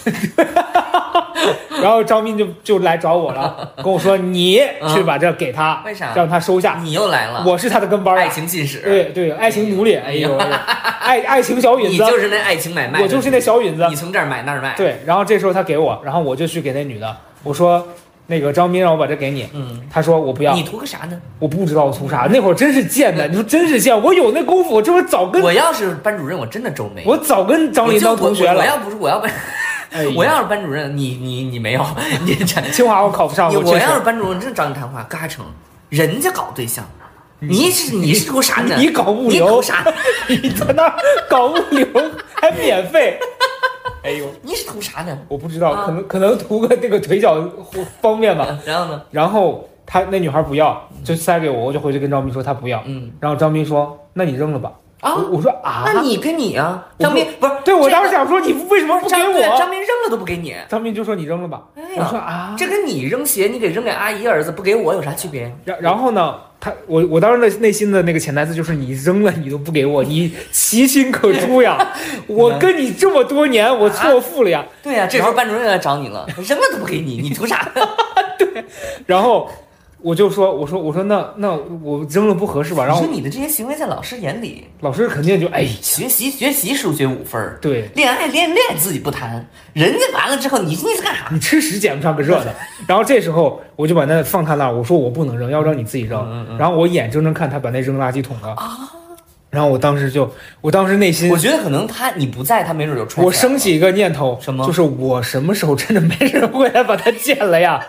A: 然后张斌就就来找我 了，跟我说你去把这给他，
B: 嗯为啥
A: 让他收下？
B: 你又来了，
A: 我是他的跟班儿
B: 爱
A: 啊，
B: 情进史，
A: 对对，爱情奴隶，哎呦，
B: 哎
A: 爱爱情小
B: 你
A: 允子，
B: 就是那爱情买卖的，
A: 我就是那小允子
B: 你，从这儿买那儿卖，，
A: 对。然后这时候他给我，然后我就去给那女的，我说那个张斌让我把这给你，
B: 嗯，
A: 他说我不要
B: 你，图个啥呢？
A: 我不知道我图啥，那会儿真是贱的，你说真是贱，我有那功夫，我这不是早跟
B: 我要是班主任，我真的皱眉。
A: 我早跟张
B: 我
A: 林
B: 就
A: 当
B: 我
A: 同学
B: 我
A: 了，
B: 要不是我要班，
A: 哎呀
B: 我要是班主任，你你你没有， 你这
A: 清华我考不上，
B: 你
A: 啊我
B: 我
A: 确
B: 要是
A: 实
B: 班主任，真找你谈话，嘎成，人家搞对象，你是你是图啥呢？
A: 你搞物
B: 你图
A: 流，
B: 啥？
A: 你在那儿搞物流还免 费，哎呦，
B: 你是图啥呢？
A: 我不知道，
B: 啊
A: 可能可能图个那个腿脚方便吧。
B: 然后呢？
A: 然后他那女孩不要，就塞给我，我就回去跟张斌说她不要。
B: 嗯
A: 然后张斌说：“那你扔了吧。
B: 啊
A: 我，我说：“啊，
B: 那你跟你啊，
A: 我
B: 张斌不是？
A: 对我当时
B: 这个
A: 想说你为什么不给
B: 张对
A: 我啊
B: 张斌扔了都不给你，？”
A: 张斌就说：“你扔了吧。”
B: 哎
A: 我说：“
B: 呀，
A: 啊，
B: 这跟你扔鞋，你给扔给阿姨儿子，不给我有啥区别？
A: 然然后呢，他我我当时的内心的那个潜台词就是你扔了你都不给我，你其心可诛呀！ 我跟你这么多年，我错付了呀。
B: 对呀，这时候班主任来找你了，扔了都不给你，你图啥？
A: 然后我就说，我说我说那那我扔了不合适吧？然
B: 你
A: 后
B: 说你的这些行为在老师眼里，
A: 老师肯定就哎，
B: 学习学习数学五分儿，
A: 对
B: 恋爱恋恋爱自己不谈，人家完了之后你你是干啥？
A: 你吃屎捡不上个热的。然后这时候我就把那放他那儿，我说我不能扔，要扔你自己扔。
B: 嗯嗯嗯
A: 然后我眼睁睁看他把那扔垃圾桶了。
B: 哦
A: 然后我当时就，我当时内心
B: 我觉得可能他你不在，他没准就穿。
A: 我升起一个念头，
B: 什么
A: 就是我什么时候真的没人会来把它捡了呀？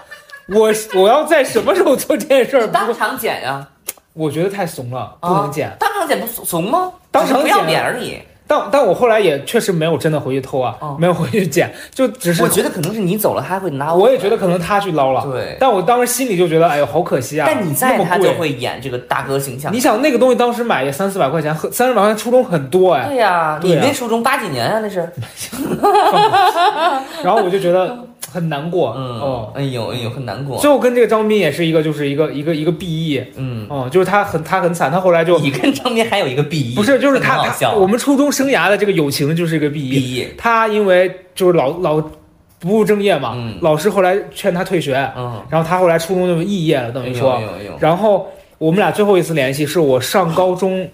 A: 我我要在什么时候做这件事儿？
B: 当
A: 不
B: 场捡呀、
A: 我觉得太怂了，不
B: 啊
A: 能捡。
B: 当场捡不怂怂吗？
A: 当场捡啊
B: 只是不要脸而已。
A: 但但我后来也确实没有真的回去偷啊，
B: 哦
A: 没有回去捡，就只是
B: 我觉得可能是你走了，他会拿
A: 我也觉得可能他去捞了，
B: 对。
A: 但我当时心里就觉得，哎呦，好可惜啊！
B: 但你在，
A: 那
B: 他
A: 么
B: 就
A: 贵。
B: 会演这个大哥形象
A: 你。想那个东西当时买也三四百块钱，和三四百块钱初中很多哎，
B: 对呀、
A: 对
B: 你
A: 呀哦
B: 那初中八几年啊？那是，
A: 然后我就觉得很难过，
B: 嗯，
A: 哦，
B: 哎呦，哎呦，很难过。
A: 最后跟这个张斌也是一个就是一个一个一个 BE，
B: 嗯，
A: 哦，就是他很他很惨，他后来就
B: 你跟张斌还有一个 B 一，
A: 不是，就是
B: 很
A: 他
B: 好
A: 他
B: 笑。
A: 我们初中生涯的这个友情就是一个
B: 毕
A: B 一，
B: 业，
A: 他因为就是老老不务正业嘛，
B: 嗯
A: 老师后来劝他退学，
B: 嗯，
A: 然后他后来初中就肄业了，等于
B: 哎
A: 说，
B: 呦哎呦
A: 然后我们俩最后一次联系是我上高中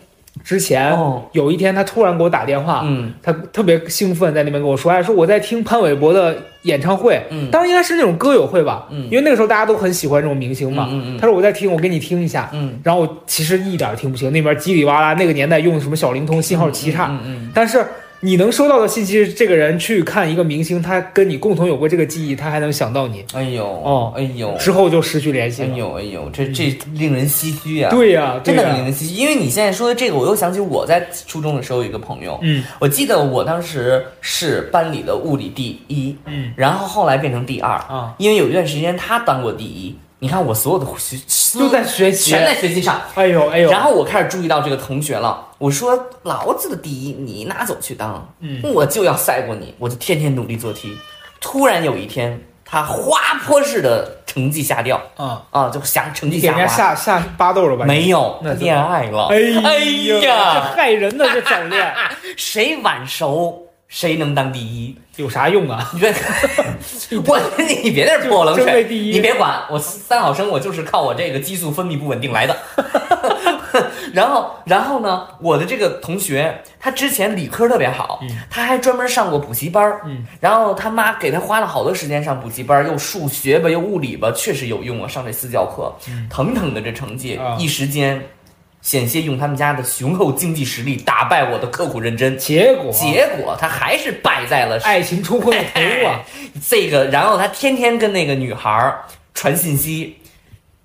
A: 之
B: 哎
A: 前，
B: 呦，哦，
A: 有一天他突然给我打电话，
B: 嗯
A: 他特别兴奋在那边跟我说，哎，说我在听潘玮柏的演唱会，
B: 嗯，
A: 当然应该是那种歌友会吧，
B: 嗯
A: 因为那个时候大家都很喜欢这种明星嘛，
B: 嗯嗯嗯
A: 他说我在听，我给你听一下，
B: 嗯，
A: 然后我其实一点儿听不清，那边叽里哇啦，那个年代用什么小灵通，信号极差。
B: 嗯嗯，
A: 但是你能收到的信息是，这个人去看一个明星，他跟你共同有过这个记忆，他还能想到你，
B: 哎呦，
A: 哦
B: 哎呦，
A: 之后就失去联系
B: 哎
A: 了。
B: 呦，哎呦，这这令人唏嘘啊呀、
A: 对呀、
B: 真
A: 对
B: 的
A: 呀、
B: 令人唏嘘。因为你现在说的这个，我又想起我在初中的时候有一个朋友，
A: 嗯
B: 我记得我当时是班里的物理第一，
A: 嗯
B: 然后后来变成第二
A: 啊，
B: 因为有一段时间他当过第一。你看我所有的学
A: 就在学习
B: 全在学习上，
A: 哎呦哎呦，
B: 然后我开始注意到这个同学了，我说老子的第一你拿走去当，
A: 嗯
B: 我就要赛过你，我就天天努力做题。突然有一天，他滑坡式的成绩下掉
A: 啊，
B: 啊，就下成绩
A: 给人
B: 下
A: 家
B: 滑，
A: 下下巴豆了吧？
B: 没有
A: 那
B: 他
A: 就
B: 恋爱了，
A: 哎呀，
B: 哎
A: 这
B: 呀，
A: 害人的这早 恋
B: 谁晚熟谁能当第一？
A: 有啥用啊？
B: 你别， 我你你别在这泼冷
A: 争为
B: 水，
A: 第一
B: 你别管我三好生，我就是靠我这个激素分泌不稳定来的。 然后，然后呢，我的这个同学，他之前理科特别好，他还专门上过补习班儿
A: 嗯，
B: 然后他妈给他花了好多时间上补习班儿，又数学吧，又物理吧，确实有用啊，上这私教课，腾腾的这成绩
A: 嗯啊，
B: 一时间险些用他们家的雄厚经济实力打败我的刻苦认真，
A: 结果
B: 结果哎他还是败在了
A: 爱情冲昏了头啊！
B: 这个，然后他天天跟那个女孩儿传信息。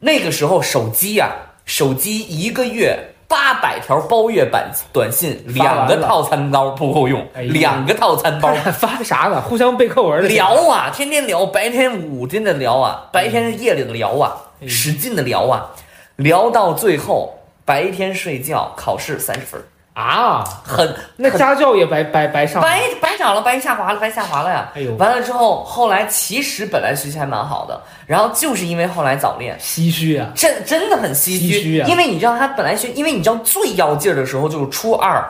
B: 那个时候手机啊，手机一个月八百条包月版短信，
A: 发完
B: 两
A: 了
B: 个套餐包不够用，
A: 哎呀
B: 两个套餐包
A: 他。俩发的啥呢？互相背课文的
B: 聊啊，天天聊，白天午间的聊啊，白天夜里的聊啊，
A: 哎
B: 使劲的聊啊，聊到最后，白天睡觉，考试三十分儿，
A: 啊，
B: 很
A: 那家教也白白白上了啊
B: 白白找了，白下滑了，白下滑了呀！
A: 哎呦
B: 完了之后，后来其实本来学习还蛮好的，然后就是因为后来早恋，
A: 唏嘘啊！
B: 真真的很唏
A: 唏
B: 嘘，
A: 嘘啊
B: 因为你知道他本来学，因为你知道最要劲儿的时候就是初二，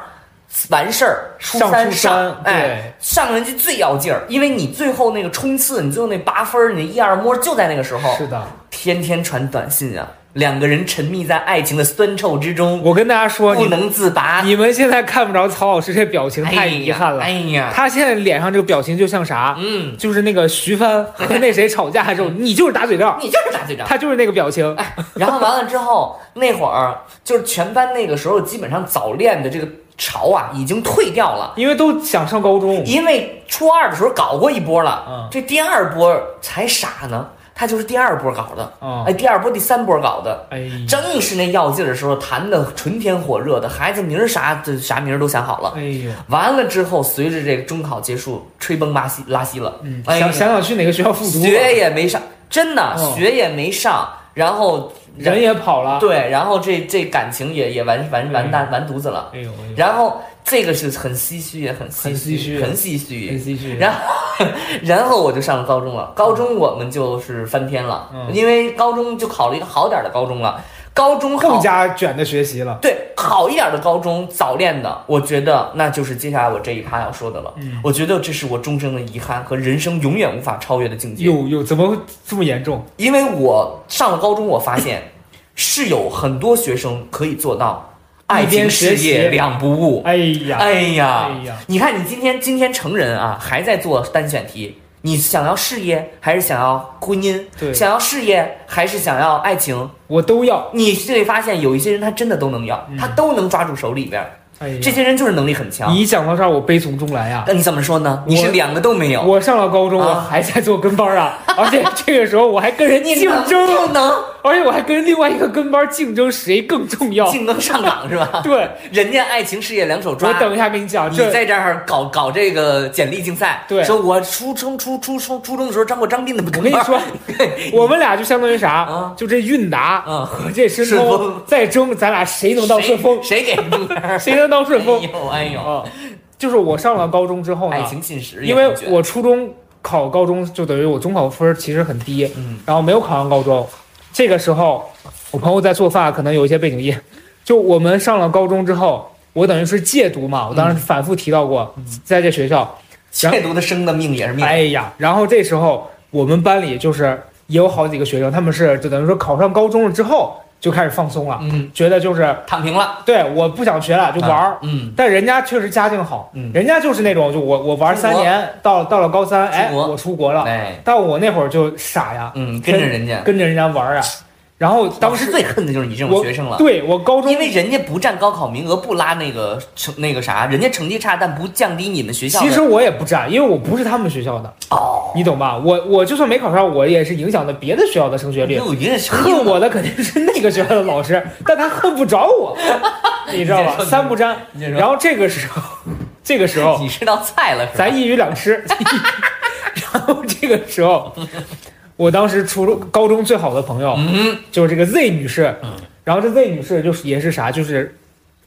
B: 完事儿，初
A: 上
B: 三
A: 初
B: 上
A: 三，
B: 哎，上人就最要劲儿，因为你最后那个冲刺，你最后那八分儿，你的一二摸就在那个时候，
A: 是的，
B: 天天传短信啊，两个人沉迷在爱情的酸臭之中，
A: 我跟大家说，
B: 不
A: 你们
B: 能自拔。
A: 你们现在看不着曹老师这表情，太遗憾了
B: 哎。呀，
A: 他现在脸上这个表情就像啥？
B: 嗯，
A: 就是那个徐帆和那谁吵架的时候，你就是打嘴仗，
B: 你就是打嘴仗。
A: 他就是那个表
B: 哎
A: 情。
B: 然后完了之后，那会儿就是全班那个时候基本上早恋的这个潮啊，已经退掉了。
A: 因为都想上高中，
B: 因为初二的时候搞过一波了，
A: 嗯
B: 这第二波才傻呢，他就是第二波搞的，
A: 嗯
B: 哎，第二波、第三波搞的，
A: 哎呀，
B: 正是那要劲儿的时候，谈的纯天火热的，孩子名儿啥这啥名儿都想好了。
A: 哎呦，
B: 完了之后，随着这个中考结束，吹崩拉稀拉稀了，
A: 嗯，
B: 哎呀
A: 想想想去哪个学校复读，
B: 学也没上，真的、
A: 嗯
B: 学也没上，然后
A: 人也跑了，
B: 对，然后这这感情也也完完完蛋完犊子了，
A: 哎呦，哎呦
B: 然后这个是很唏嘘，也很唏
A: 很唏
B: 嘘，
A: 嘘
B: 很唏嘘，
A: 很唏嘘
B: 然后，然后我就上了高中了。高中我们就是翻篇了，
A: 嗯
B: 因为高中就考了一个好点儿的高中了。高中好
A: 更加卷的学习了。
B: 对好一点儿的高中早恋的，我觉得那就是接下来我这一趴要说的了。
A: 嗯
B: 我觉得这是我终生的遗憾和人生永远无法超越的境界。
A: 哟哟，怎么这么严重？
B: 因为我上了高中，我发现是有很多学生可以做到爱
A: 一
B: 情
A: 边学
B: 事业
A: 习
B: 两不误。
A: 哎呀，
B: 哎呀，
A: 哎呀
B: 你看你今天今天成人啊，还在做单选题，你想要事业还是想要婚姻？
A: 对
B: 想要事业还是想要爱情？
A: 我都要。
B: 你就会发现有一些人他真的都能要，他都能抓住手里边儿，
A: 哎嗯呀，
B: 这些人就是能力很强。
A: 你一讲到这儿，我悲从中来呀。
B: 那你怎么说呢？你是两个都没有，
A: 我上了高中，
B: 啊
A: 我还在做跟班儿 啊，而且这个时候我还跟人
B: 你
A: 竞
B: 能
A: 争，
B: 不能
A: 而且我还跟另外一个跟班儿竞争谁更重要。
B: 竞争上岗是吧？
A: 对，
B: 人家爱情事业两手抓
A: 我。等一下跟你讲，
B: 你
A: 这
B: 在这儿搞搞这个简历竞赛，
A: 对
B: 说我初中初初初初中的时候当过张斌的，我
A: 我跟你 说，我们俩就相当于啥
B: 啊？
A: 就这韵达
B: 啊
A: 和这申
B: 顺
A: 通
B: 丰
A: 再争，咱俩谁能到顺丰？
B: 谁谁给中分儿？
A: 谁能到顺丰？
B: 哎呦哎呦，
A: 啊，就是我上了高中之后
B: 爱
A: 呢，
B: 情进食也
A: 因为
B: 很绝，
A: 我初中考高中，就等于我中考分儿其实很低，
B: 嗯，
A: 然后没有考上高中。这个时候，我朋友在做饭，可能有一些背景音。就我们上了高中之后，我等于是戒毒嘛，我当时
B: 嗯
A: 反复提到过，在这学校。
B: 亵渎的生的命也是命，
A: 哎呀，然后这时候我们班里就是也有好几个学生，他们是就等于说考上高中了之后就开始放松了，
B: 嗯，
A: 觉得就是
B: 躺平了，
A: 对我不想学了就玩儿。
B: 啊，嗯，
A: 但人家确实家境好，
B: 嗯
A: 人家就是那种就我我玩
B: 出国
A: 三年，到到了高三，哎，
B: 出国
A: 我出国了。
B: 哎，
A: 但我那会儿就傻呀，
B: 嗯，跟着人家，
A: 跟着人家玩儿啊。然后当
B: 老师
A: 时
B: 最恨的就是你这种
A: 我
B: 学生了。
A: 对我高中
B: 因为人家不占高考名额，不拉那个成那个啥，人家成绩差，但不降低你们学校的。
A: 其实我也不占，因为我不是他们学校的，
B: 哦，
A: 你懂吧？我我就算没考上，我也是影响了别的学校的升学率。
B: 有一个是
A: 恨我的肯定是那个学校的老 师，但他恨不着我，你知道
B: 你这
A: 吧？
B: 说
A: 三不沾。
B: 你这说
A: 然后这个时候，这个时候
B: 你是道菜了，是吧
A: 咱一鱼两吃。 然后这个时候，我当时初中、高中最好的朋友
B: 嗯，
A: 就是这个 Z 女士，然后这 Z 女士就是也是啥，就是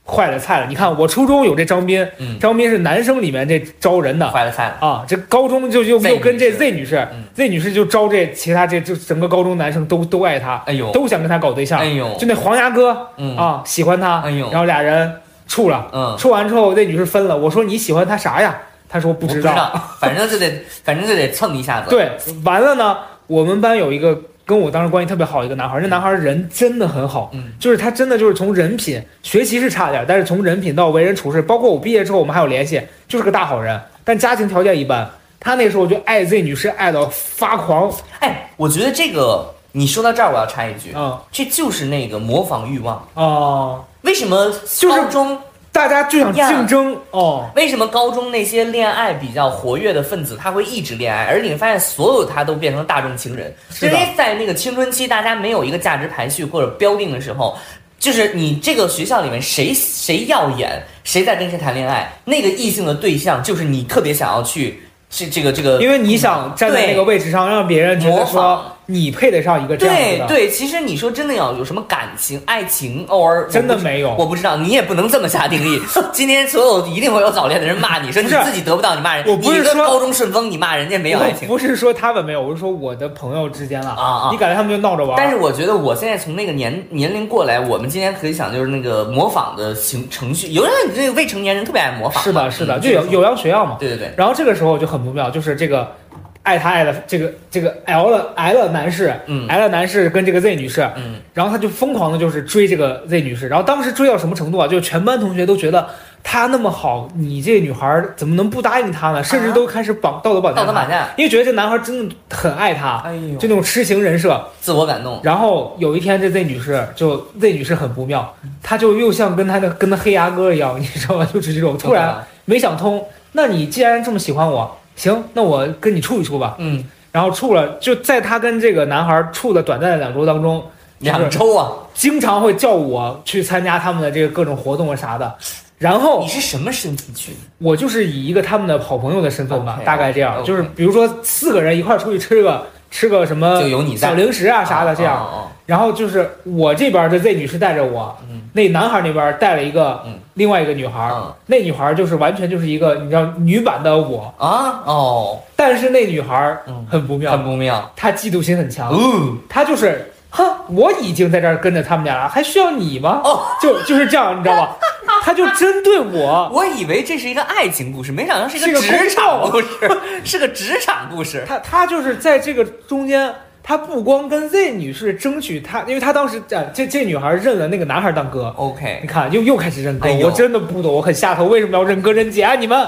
A: 坏了菜了。你看我初中有这张斌
B: 嗯，
A: 张斌是男生里面这招人的，
B: 坏了菜了，
A: 啊，这高中就又
B: Z
A: 又跟
B: 女
A: 这
B: 士
A: Z 女士
B: 嗯
A: ，Z 女士就招这其他这就整个高中男生都都爱她，
B: 哎呦，
A: 都想跟她搞对象
B: 哎。呦
A: 就，那黄牙哥
B: 嗯，
A: 啊，喜欢她，
B: 哎呦
A: 然后俩人处了，
B: 嗯，
A: 处完之后那女士分了。我说你喜欢他啥呀？她说
B: 我
A: 不
B: 不
A: 知
B: 知
A: 道。
B: 道，反正就得，反正就得蹭一下子。，
A: 对，完了呢，我们班有一个跟我当时关系特别好一个男孩，那男孩人真的很好，
B: 嗯，
A: 就是他真的就是从人品，学习是差点，但是从人品到为人处事，包括我毕业之后我们还有联系，就是个大好人，但家庭条件一般。他那时候就爱 Z 女士爱到发狂，
B: 哎，我觉得这个你说到这儿，我要插一句，
A: 嗯
B: 这就是那个模仿欲望。
A: 哦，
B: 为什么
A: 是
B: 高中？
A: 大家就想
B: 呀
A: 竞争哦，
B: 为什么高中那些恋爱比较活跃的分子，他会一直恋爱，而你发现所有他都变成大众情人，
A: 是
B: 因
A: 的
B: 为在那个青春期，大家没有一个价值排序或者标定的时候。就是你这个学校里面谁谁耀眼，谁在跟谁谈恋爱，那个异性的对象就是你特别想要去这这个这个，
A: 因为你想站在那个位置上，让别人觉
B: 模
A: 得说
B: 仿
A: 你配得上一个这样子
B: 对
A: 的。
B: 对，其实你说真的要有什么感情、爱情，偶尔
A: 真的没有
B: 我不知道，你也不能这么下定 义。今天所有一定会有早恋的人骂你，说你
A: 不是
B: 自己得不到，你骂人。
A: 我不是
B: 你一个
A: 说
B: 高中顺风，你骂人家没有爱
A: 我
B: 情。
A: 不是说他们没有，我是说我的朋友之间了
B: 啊啊
A: 你感觉他们就闹着玩儿，
B: 但是我觉得我现在从那个年年龄过来，我们今天可以想就是那个模仿的行程序，有人你这个未成年人特别爱模仿
A: 是
B: 嘛。
A: 的，是的，
B: 嗯
A: 就有。有样学样嘛。
B: 对对对，
A: 然后这个时候就很不妙，就是这个爱他爱的这个这个 L 了 L 男士，
B: 嗯
A: ，L 男士跟这个 Z 女士，
B: 嗯，
A: 然后他就疯狂的就是追这个 Z 女士，然后当时追到什么程度啊？就全班同学都觉得她那么好，你这女孩儿怎么能不答应她呢？甚至都开始绑道德绑架
B: 啊道德
A: 她，
B: 绑架，
A: 因为觉得这男孩真的很爱她，
B: 哎呦嗯
A: 就那种痴情人设。
B: 自我感动。
A: 然后有一天，这 Z 女士就 Z 女士很不妙，
B: 嗯
A: 她就又像跟她的跟她黑牙哥一样，你知道吗？就是这种突然没想通，那你既然这么喜欢我，行，那我跟你处一处吧。
B: 嗯，
A: 然后处了，就在她跟这个男孩处的短暂的两周当中，
B: 两周啊，
A: 经常会叫我去参加他们的这个各种活动啊啥的。然后
B: 你是什么身份去的？
A: 我就是以一个他们的好朋友的身份吧
B: OK，
A: 大概这样，
B: OK
A: 就是比如说四个人一块儿出去吃个吃个什么
B: 就有你在
A: 小零食啊啥的这样。
B: 哦哦
A: 然后就是我这边的 Z 女士带着我，
B: 嗯
A: 那男孩那边带了一个、
B: 嗯
A: 另外一个女孩，
B: 嗯
A: 那女孩就是完全就是一个你知道女版的我，
B: 哦啊哦，
A: 但是那女孩
B: 嗯
A: 很不妙，
B: 很不妙。
A: 她嫉妒心很强，
B: 哦
A: 她就是哼，我已经在这儿跟着他们俩了，还需要你吗？
B: 哦，
A: 就就是这样，你知道吧？她就针对我，
B: 我以为这是一个爱情故事，没想到是一
A: 是个
B: 个职场故事， 是个职场故事。
A: 她她就是在这个中间。她不光跟 Z 女士争取她，因为她当时呃，这这女孩认了那个男孩当哥，你
B: OK，
A: 看，又又开始认哥，
B: 哎呦
A: 我真的不懂，我很下头，为什么要认哥认姐啊你们？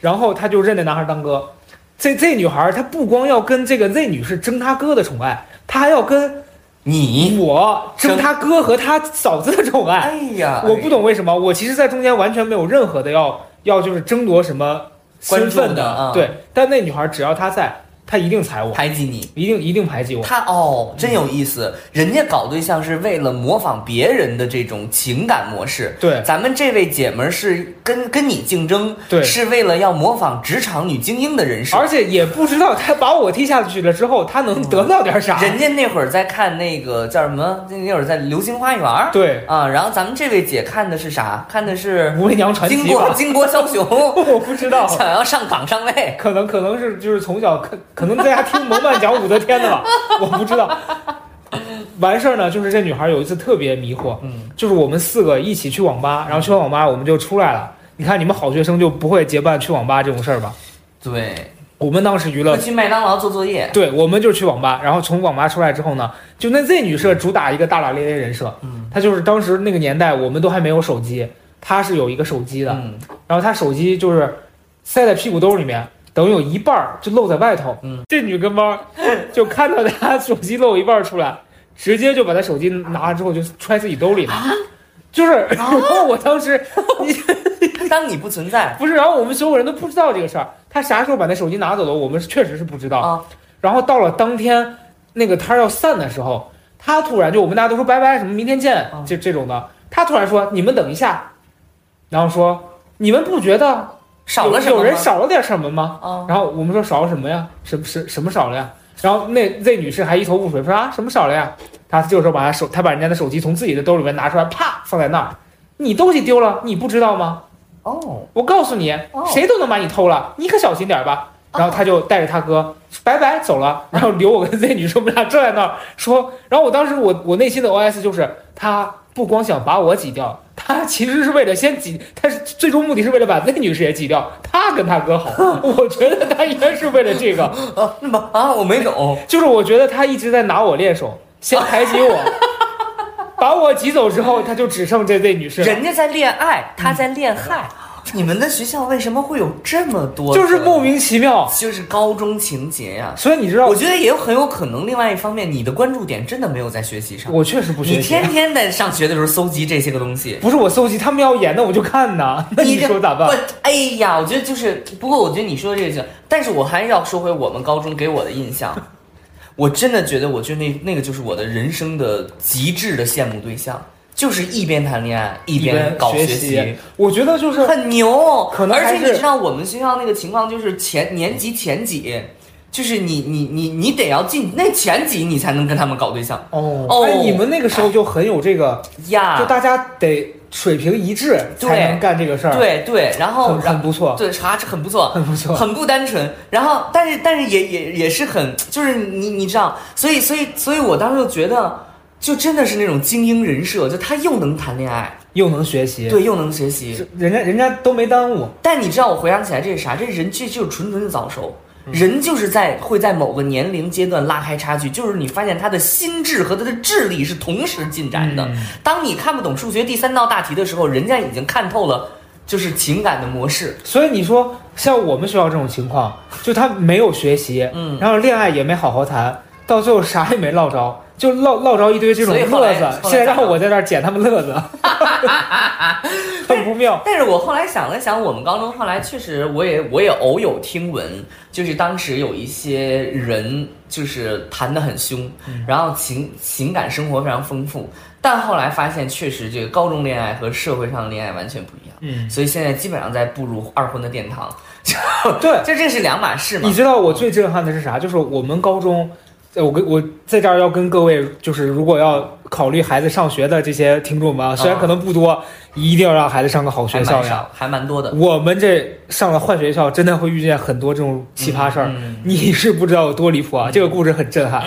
A: 然后他就认那男孩当哥。这这女孩她不光要跟这个 Z 女士争她哥的宠爱，她还要跟
B: 你，
A: 我争
B: 争
A: 她哥和她嫂子的宠爱。
B: 哎呀，
A: 我不懂为什么，我其实，在中间完全没有任何的要要就是争夺什么身
B: 关
A: 份
B: 注的啊
A: 对。但那女孩只要她在，她一定踩我，
B: 排挤你。
A: 一定一定排挤我。
B: 他哦，真有意思。人家搞对象是为了模仿别人的这种情感模式，
A: 对
B: 咱们这位姐们儿是跟跟你竞争，
A: 对
B: 是为了要模仿职场女精英的人士。
A: 而且也不知道她把我踢下去了之后，她能得到点啥。
B: 嗯人家那会儿在看那个叫什么？那那会儿在《流星花园》
A: 对，
B: 啊，然后咱们这位姐看的是啥？看的是
A: 《无畏娘传奇
B: 巾》
A: 吧
B: 帼巾帼枭雄，
A: 我不知道，
B: 想要上岗上位。
A: 可能可能是就是从小可可能在家听蒙曼讲武则天的吧，我不知道。 完事儿呢，就是这女孩有一次特别迷惑，
B: 嗯，
A: 就是我们四个一起去网吧，然后去完网吧我们就出来了。你看你们好学生就不会结伴去网吧这种事儿吧？
B: 对，
A: 我们当时娱乐
B: 会，去麦当劳做作业。
A: 对，我们就去网吧，然后从网吧出来之后呢，就那 Z 女士主打一个大大咧咧人设，
B: 嗯
A: 她就是当时那个年代我们都还没有手机，她是有一个手机的，
B: 嗯
A: 然后她手机就是塞在屁股兜里面，等于有一半儿就露在外头。
B: 嗯，
A: 这女跟班儿就看到她手机露一半儿出来，直接就把她手机拿了之后就揣自己兜里了。就是， 然后我当时
B: 当你不存在
A: 不是，然后我们所有人都不知道这个事儿，她啥时候把那手机拿走了，我们确实是不知道。
B: 啊，
A: 然后到了当天那个摊儿要散的时候，他突然就我们大家都说拜拜，什么明天见
B: 嗯，
A: 这这种的，他突然说你们等一下，然后说你们不觉得
B: 少
A: 有
B: 了什么吗？
A: 有人少了点什么吗？
B: 啊，
A: 然后我们说少了什么呀？什么什什么少了呀？然后那 Z 女士还一头雾水，说啊什么少了呀？她这个时候把她手，她把人家的手机从自己的兜里面拿出来，啪放在那儿。你东西丢了，你不知道吗？
B: 哦，
A: 我告诉你
B: 哦，
A: 谁都能把你偷了，你可小心点儿吧。
B: 哦
A: 然后他就带着他哥拜拜走了，然后留我跟 Z 女生我们俩站在那儿说，然后我当时我我内心的 OS 就是他不光想把我挤掉，他其实是为了先挤，他是最终目的是为了把 Z 女士也挤掉，他跟他哥好，我觉得他应该是为了这个，
B: 啊，那么啊，我没 懂。
A: 就是我觉得他一直在拿我练手，先排挤 我，把我挤走之后，他就只剩这 Z 女士了，
B: 人家在恋爱，他在恋害。你们的学校为什么会有这么多？
A: 嗯就是莫，名其妙，
B: 就是高中情节呀、
A: 所以你知道
B: 我，觉得也有很有可能，另外一方面，你的关注点真的没有在学习上。
A: 我确实不学
B: 你
A: 习。
B: 天天在上学的时候搜集这些个东西，
A: 不是我搜集，他们要演，那我就看 呐。那你
B: 这
A: 说咋办？
B: 不哎呀，我觉得就是，不过我觉得你说的这个，但是我还是要说回我们高中给我的印象。 我真的觉得，我觉得那那个就是我的人生的极致的羡慕对象，就是一边谈恋爱一边搞
A: 学
B: 习，，
A: 我觉得就是
B: 很牛。
A: 可能
B: 而
A: 还
B: 且
A: 是
B: 你知道我们学校那个情况，就是前年级前几就是你你你你得要进那前几，你才能跟他们搞对象
A: 哦
B: 哦
A: 哎，你们那个时候就很有这个，
B: 呀。
A: 就大家得水平一致
B: 对
A: 才能干这个事儿，，
B: 对对，然后
A: 很
B: 然
A: 很不错，
B: 对，查很不错，
A: 很不错
B: 很不单纯。然后，但是但是也也也是很，就是你你知道，所以所以所以我当时就觉得，就真的是那种精英人设，就他又能谈恋爱，
A: 又能学习，
B: 对，又能学习。
A: 是，人家人家都没耽误，
B: 但你知道，我回想起来这是啥？这人这就是纯纯的早熟。
A: 嗯
B: 人就是在会在某个年龄阶段拉开差距，就是你发现他的心智和他的智力是同时进展的。
A: 嗯
B: 当你看不懂数学第三道大题的时候，人家已经看透了，就是情感的模式。
A: 所以你说像我们学校这种情况，就他没有学习，
B: 嗯
A: 然后恋爱也没好好谈，到最后啥也没落着，就落落着一堆这种
B: 所以后
A: 乐
B: 来
A: 子。
B: 后来
A: 现在
B: 咋
A: 让
B: 整
A: 我在这儿捡他们乐 子，很不妙。
B: 但是我后来想了想，我们高中后来确实，我也我也偶有听闻，就是当时有一些人就是谈得很凶，
A: 嗯
B: 然后情情感生活非常丰富，但后来发现确实这个高中恋爱和社会上的恋爱完全不一样，
A: 嗯，
B: 所以现在基本上在步入二婚的殿堂，
A: 对，
B: 这这是两码事嘛
A: 你？知道我最震撼的是啥？就是我们高中，呃我跟我在这儿要跟各位，就是如果要考虑孩子上学的这些听众们啊，虽然
B: 啊
A: 可能不多，一定要让孩子上个好
B: 还
A: 学校
B: 蛮
A: 呀。
B: 少，还蛮多的。
A: 我们这上了坏学校，真的会遇见很多这种奇葩事儿。
B: 嗯
A: 你是不知道有多离谱啊！这个故事很震撼。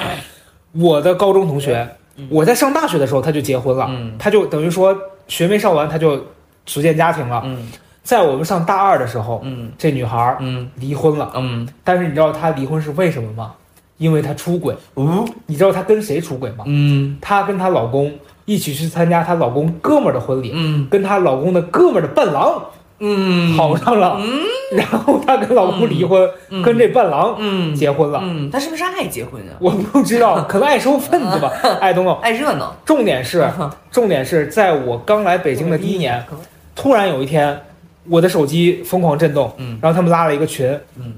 B: 嗯
A: 我的高中同学，我在上大学的时候他就结婚了，
B: 嗯
A: 他就等于说学没上完他就组建家庭了。
B: 嗯
A: 在我们上大二的时候，
B: 嗯
A: 这女孩儿
B: 嗯
A: 离婚了，
B: 嗯
A: 但是你知道她离婚是为什么吗？因为她出轨。
B: 嗯
A: 你知道她跟谁出轨吗？
B: 嗯
A: 她跟她老公一起去参加她老公哥们儿的婚礼，
B: 嗯
A: 跟她老公的哥们儿的伴郎
B: 嗯，
A: 好上了，然后她跟老公离婚，
B: 嗯
A: 跟这伴郎
B: 嗯
A: 结婚了。
B: 嗯，他是不是爱结婚啊？
A: 我不知 道，可能爱收份子吧，
B: 嗯
A: 爱东东。
B: 爱热闹。
A: 重点是，
B: 嗯
A: 重点是在我刚来北京的第一年，突然有一天，我的手机疯狂震动，
B: 嗯
A: 然后他们拉了一个群，
B: 嗯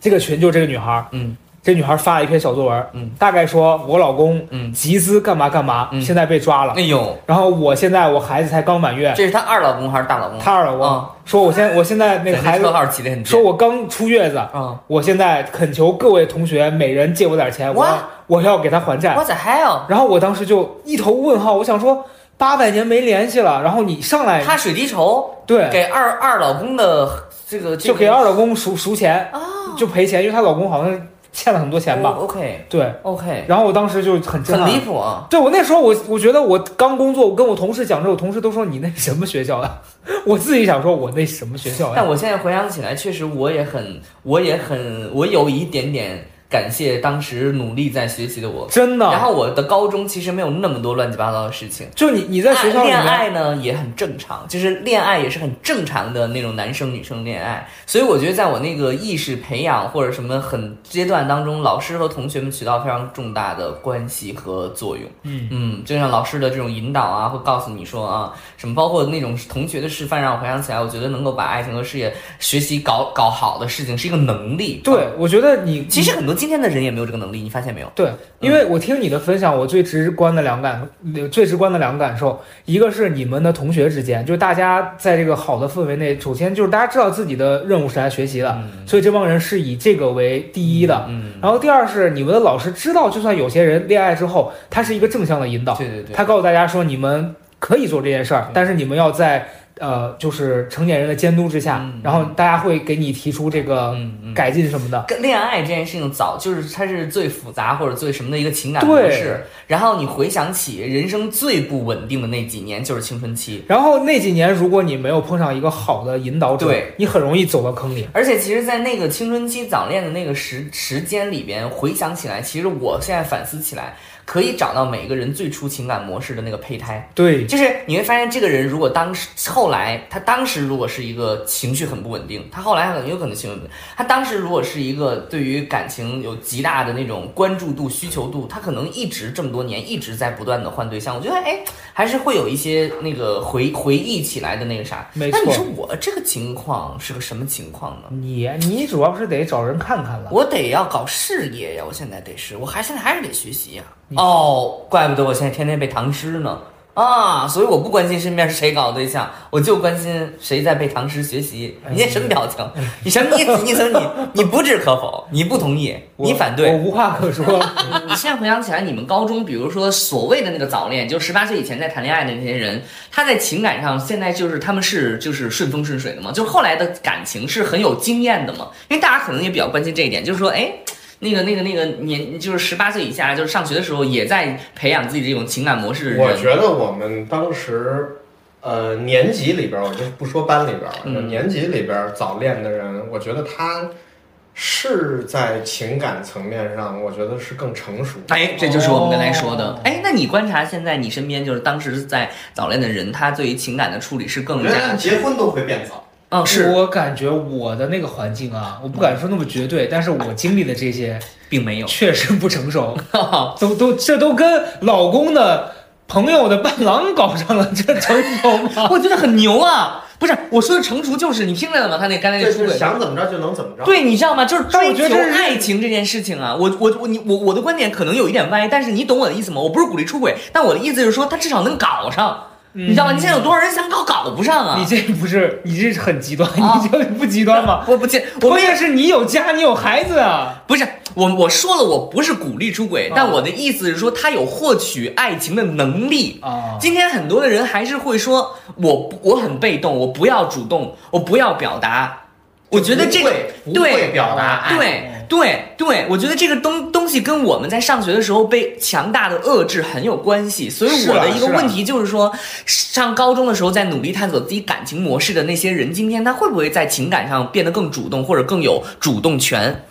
A: 这个群就是这个女孩儿，
B: 嗯
A: 这女孩儿发了一篇小作文，
B: 嗯
A: 大概说我老公
B: 嗯，
A: 集资干嘛干嘛，
B: 嗯
A: 现在被抓了，
B: 哎呦，
A: 然后我现在我孩子才刚满月，
B: 这是她二老公还是大老公？
A: 她二老公、
B: 啊
A: 说哎我现我现在那个
B: 咱这
A: 孩
B: 车
A: 子哎
B: 号起的很
A: 说
B: 重。
A: 我刚出月子，
B: 啊
A: 我现在恳求各位同学每人借我点钱，我要
B: 哇
A: 我要给他还债。
B: ，What the hell？
A: 然后我当时就一头问号，我想说八百年没联系了，然后你上来
B: 她水滴筹
A: 哎对，
B: 给二二老公的这个这
A: 就
B: 个
A: 给二老公赎赎钱，
B: 啊
A: 就赔钱，因为她老公好像欠了很多
B: 哦
A: 钱吧？
B: ？OK
A: 对，
B: OK，
A: 然后我当时就很震
B: 很离
A: 撼。
B: 谱啊！
A: 对我那时候我我觉得我刚工作，我跟我同事讲这，我同事都说你那什么学校呀、 我自己想说我那什么学哎校呀、
B: 但我现在回想起来，确实我也很，我也很，我有一点点感谢当时努力在学习的我。
A: 真
B: 然
A: 的，啊
B: 后我的高中其实没有那么多乱七八糟的事情。
A: 就你你在学校里
B: 恋
A: 面，
B: 爱呢也很正常，就是恋爱也是很正常的那种男生女生恋爱，所以我觉得在我那个意识培养或者什么很阶段当中，老师和同学们起到非常重大的关系和作用。
A: 嗯
B: 嗯，就像老师的这种引导啊，会告诉你说啊，什么包括那种同学的示范，让我回想起来，我觉得能够把爱情和事业、学习搞搞好的事情是一个能力。
A: 对，我觉得你
B: 其实很多今天的人也没有这个能力，你发现没有？
A: 对，因为我听你的分享，我最直观的两感，最直观的两感受，一个是你们的同学之间，就是大家在这个好的氛围内，首先就是大家知道自己的任务是来学习的，所以这帮人是以这个为第一的。
B: 啊嗯，
A: 然后第二是你们的老师知道，就算有些人恋爱之后，他是一个正向的引导，
B: 对对对，
A: 他告诉大家说你们可以做这件事儿
B: 对，
A: 但是你们要在呃就是成年人的监督之下
B: 嗯，
A: 然后大家会给你提出这个
B: 嗯嗯。
A: 改进什么的。
B: 跟恋爱这件事情早就是它是最复杂或者最什么的一个情感模
A: 对
B: 式，然后你回想起人生最不稳定的那几年就是青春期，
A: 然后那几年，如果你没有碰上一个好的引导者
B: 对，
A: 你很容易走到坑里。
B: 而且其实，在那个青春期早恋的那个时时间里边，回想起来，其实我现在反思起来，可以找到每个人最初情感模式的那个胚胎。
A: 对，
B: 就是你会发现，这个人如果当时后来他当时如果是一个情绪很不稳定，他后来很有可能情绪不稳定。他当时如果是一个对于感情有极大的那种关注度、需求度，他可能一直这么多年一直在不断的换对象。我觉得哎，还是会有一些那个回回忆起来的那个啥。
A: 没错
B: 那你说我这个情况是个什么情况呢？
A: 你你主要是得找人看看了。
B: 我得要搞事业呀！我现在得是，我还现在还是得学习呀。哦，怪不得我现在天天背唐诗呢。
C: 啊，所以我不关心身边谁搞对象，我就关心谁在背唐诗学习。
A: 哎
C: 你那什么表情？你什么意思？你怎么你你不置可否？你不同意？
A: 我
C: 你反
A: 我
C: 对？
A: 无话可说。
B: 你现在回想起来，你们高中，比如说所谓的那个早恋，就十八岁以前在谈恋爱的那些人，他在情感上现在就是他们是就是顺风顺水的嘛，就是后来的感情是很有经验的嘛，因为大家可能也比较关心这一点，就是说，哎。那个、那个、那个年，就是十八岁以下，就是上学的时候，也在培养自己这种情感模式的人。
D: 我觉得我们当时，呃，年级里边儿，我就不说班里边儿了，
B: 嗯
D: 就年级里边儿早恋的人，我觉得他是在情感层面上，我觉得是更成熟。
B: 哎，这就是我们刚才说的
A: 哦。
B: 哎，那你观察现在你身边就是当时在早恋的人，他对于情感的处理是
D: 我
B: 更
D: 觉得
B: 加，
D: 结婚都会变早。
B: 嗯， 是
A: 我感觉我的那个环境啊，我不敢说那么绝对，但是我经历的这些
B: 并没有。
A: 确实不成 熟，都都这都跟老公的朋友的伴郎搞上了，这成熟 吗？
B: 我觉得很牛啊！不是，我说的成熟就是你听见了吗？他那刚才那
D: 这
B: 出
D: 是
B: 轨。
D: 想怎么着就能怎么着。
B: 对，你知道吗？就是
A: 但我
B: 追
A: 觉得
B: 求
A: 这是
B: 爱情这件事情啊，我我我你我我的观点可能有一点歪，但是你懂我的意思吗？我不是鼓励出轨，但我的意思是说，他至少能搞上，你知道吗？你现在有多少人想搞搞不上 啊？
A: 你这不是你这是很极端，
B: 啊
A: 你这不极端吗？
B: 我不信， 我
A: 关
B: 没有
A: 键是你有家，你有孩子啊，
B: 不是我，我说了，我不是鼓励出轨，但我的意思是说，他有获取爱情的能力。
A: 啊
B: 今天很多的人还是会说，我不我很被动，我不要主动，我不要表达。我觉得这个
D: 不会不会
B: 对
D: 表达爱，
B: 对对对，我觉得这个东东西跟我们在上学的时候被强大的遏制很有关系。所以
A: 是
B: 我
A: 啊
B: 的一个
A: 是啊
B: 问题就是说，上高中的时候在努力探索自己感情模式的那些人，今天他会不会在情感上变得更主动，或者更有主动权？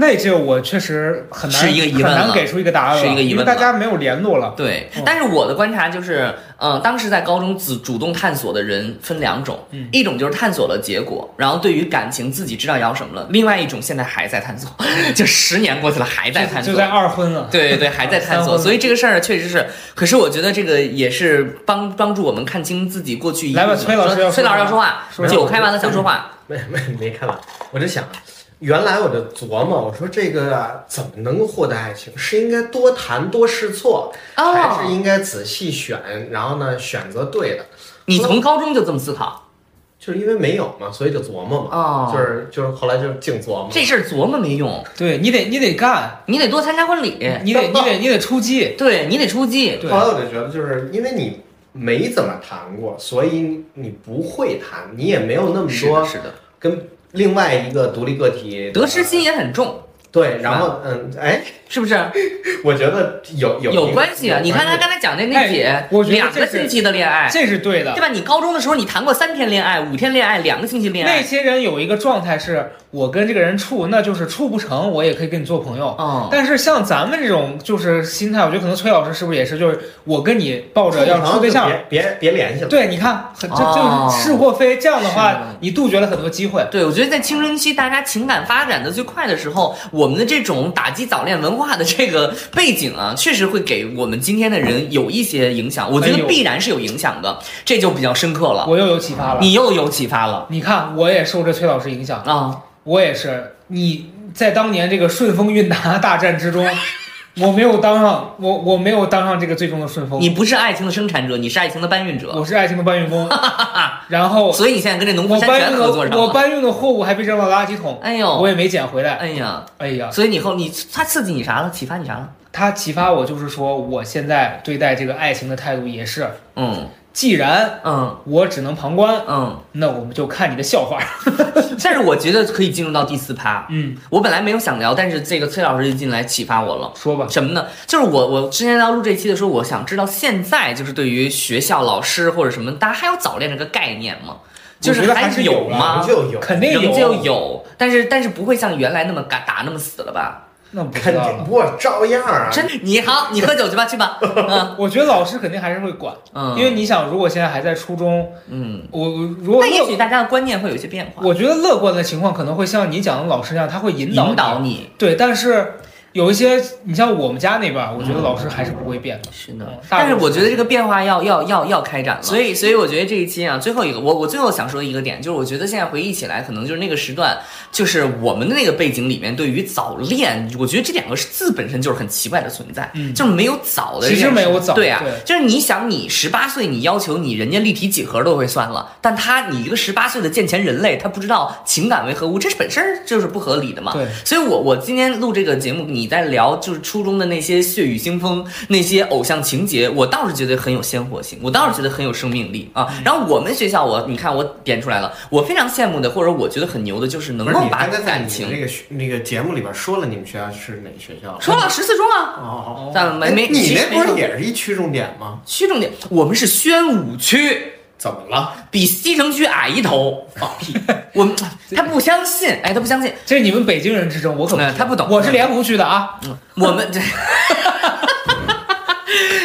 A: 那这我确实很难
B: 是一个疑问
A: 很难
B: 了
A: 给出一个答案了，
B: 是一个
A: 因
B: 疑
A: 为
B: 问啊
A: 大
B: 了
A: 家没有联络了。
B: 对
A: 嗯，
B: 但是我的观察就是，呃，当时在高中自主动探索的人分两种，
A: 嗯
B: 一种就是探索了结果，然后对于感情自己知道要什么了；，另外一种现在还在探索， 就十年过去了还在探
A: 就
B: 索。
A: 在二婚了，
B: 对对对，还在
A: 三
B: 探索，
A: 婚了
B: 所以这个事儿确实是，可是我觉得这个也是帮帮助我们看清自己过去一
A: 来吧
B: 路
A: 崔老师
B: 说
A: 要说
B: 崔老师要
A: 话
B: 说话
A: 说，
B: 酒开完了想说话，
D: 没没没看完，我就想，原来我就琢磨，我说这个啊怎么能够获得爱情？是应该多谈多试错，
B: 哦
D: 还是应该仔细选，然后呢选择对的？
B: 你从高中就这么思考
D: 就是因为没有嘛，所以就琢磨嘛，
B: 哦
D: 就是就是后来就净琢磨。
B: 这事儿琢磨没用，
A: 对你得你得干，
B: 你得多参加婚礼，
A: 你得你得你得出击，
B: 对你得出击，
A: 对
D: 后来我就觉得，就是因为你没怎么谈过，所以你不会谈，你也没有那么
B: 是的，
D: 多
B: 是的，
D: 跟另外一个独立个体
B: 得失心也啊很重，
D: 对，然后嗯，哎，
B: 是不是？
D: 我觉得有有
B: 有关系啊！你看他刚才讲那那
A: 哎
B: 姐，
A: 我觉得
B: 两
A: 这
B: 个
A: 是
B: 星期的恋爱，
A: 这是对的
B: 对。吧？你高中的时候你谈过三天恋爱、五天恋爱、两个星期恋
A: 那
B: 爱，
A: 些人有一个状态是，我跟这个人处，那就是处不成，我也可以跟你做朋友。
B: 嗯，
A: 但是像咱们这种就是心态，我觉得可能崔老师是不是也是，就是我跟你抱着要处对象，，
D: 别别别联系了。
A: 对，你看，很这
B: 哦
A: 就是是或非，这样的
B: 是
A: 话
B: 的，
A: 你杜绝了很多机会。
B: 对，我觉得在青春期大家情感发展的最快的时候，我们的这种打击早恋文化的这个背景啊，确实会给我们今天的人有一些影响。我觉
A: 哎
B: 得
A: 呦
B: 必然是有影响的，这就比较深刻了。
A: 我又有启发了，
B: 你又有启发了
A: 你看，我也受这崔老师影响，
B: 啊！
A: 我也是。你在当年这个顺丰韵达大战之 中，我没有当上，我我没有当上这个最终的顺丰，
B: 你不是爱情的生产者，你是爱情的搬运者，
A: 我是爱情的搬运 工。然后
B: 所以你现在跟这农夫
A: 我
B: 山
A: 搬
B: 泉
A: 运
B: 合作
A: 的
B: 上
A: 我
B: 了。
A: 搬运的货物还被扔到垃圾桶，
B: 哎呦，
A: 我也没捡回来。
B: 哎呀，
A: 哎呀，
B: 所以你以后你他刺激你啥了？启发你啥了？
A: 他启发我就是说，我现在对待这个爱情的态度也是，
B: 嗯
A: 既然
B: 嗯
A: 我只能旁观，
B: 嗯，
A: 那我们就看你的笑话。
B: 但是我觉得可以进入到第四趴。
A: 嗯，
B: 我本来没有想聊，但是这个崔老师一进来启发我了。
A: 说吧，
B: 什么呢？就是我我之前要录这期的时候，我想知道现在就是对于学校老师或者什么，大家还有早恋这个概念吗？就是
A: 我觉得还是有
B: 有
A: 了
B: 吗？
D: 就有
A: 啊肯定
B: 仍旧
A: 有，
B: 有，但是但是不会像原来那么打打那么死了吧？
A: 那不知
D: 肯
A: 道
D: 定
A: 了。
D: 不照样啊。
B: 真你好，你喝酒去吧，去吧。嗯
A: 我觉得老师肯定还是会管，
B: 嗯，
A: 因为你想，如果现在还在初中，
B: 嗯，
A: 我我如果
B: 那也许
A: 乐，
B: 大家的观念会有一些变化，
A: 我觉得乐观的情况可能会像你讲的老师那样，他会引导
B: 引导你。
A: 对，但是有一些，你像我们家那边儿，我觉得老师还是不会变的。
B: 是的
A: 嗯，大
B: 但是
A: 部分
B: 我觉得这个变化要要要要开展了，所以所以我觉得这一期啊，最后一个我我最后想说的一个点，就是我觉得现在回忆起来，可能就是那个时段，就是我们的那个背景里面，对于早恋，我觉得这两个字本身就是很奇怪的存在，
A: 嗯
B: 就是没有早的这
A: 其
B: 件事，
A: 实没有早
B: 对啊，
A: 对
B: 就是你想你十八岁，你要求你人家立体几何都会算了，但他你一个十八岁的健全人类，他不知道情感为何物，这是本身就是不合理的嘛，
A: 对
B: 所以我我今天录这个节目，你在聊就是初中的那些血雨腥风、那些偶像情节，我倒是觉得很有鲜活性，我倒是觉得很有生命力啊。
D: 嗯
B: 然后我们学校我，你看我点出来了，我非常羡慕的，或者我觉得很牛的，就是能
D: 不是
B: 够
D: 嗯你
B: 把
D: 刚才在
B: 感
D: 你
B: 情
D: 那个学那个节目里边说了你们学校是哪个学校了？
B: 说了十四中啊，
D: 哦，
B: 但没没
D: 你
B: 其实
D: 那
B: 没
D: 不是
B: 说
D: 也是一区重点吗？
B: 区重点，我们是宣武区。
D: 怎么了？
B: 比西城区矮一 头，放屁！我们他不相信，哎，他不相信，
A: 这是你们北京人之争，我可不知道
B: 嗯他不懂
A: 我是莲湖区的啊，
B: 我们这。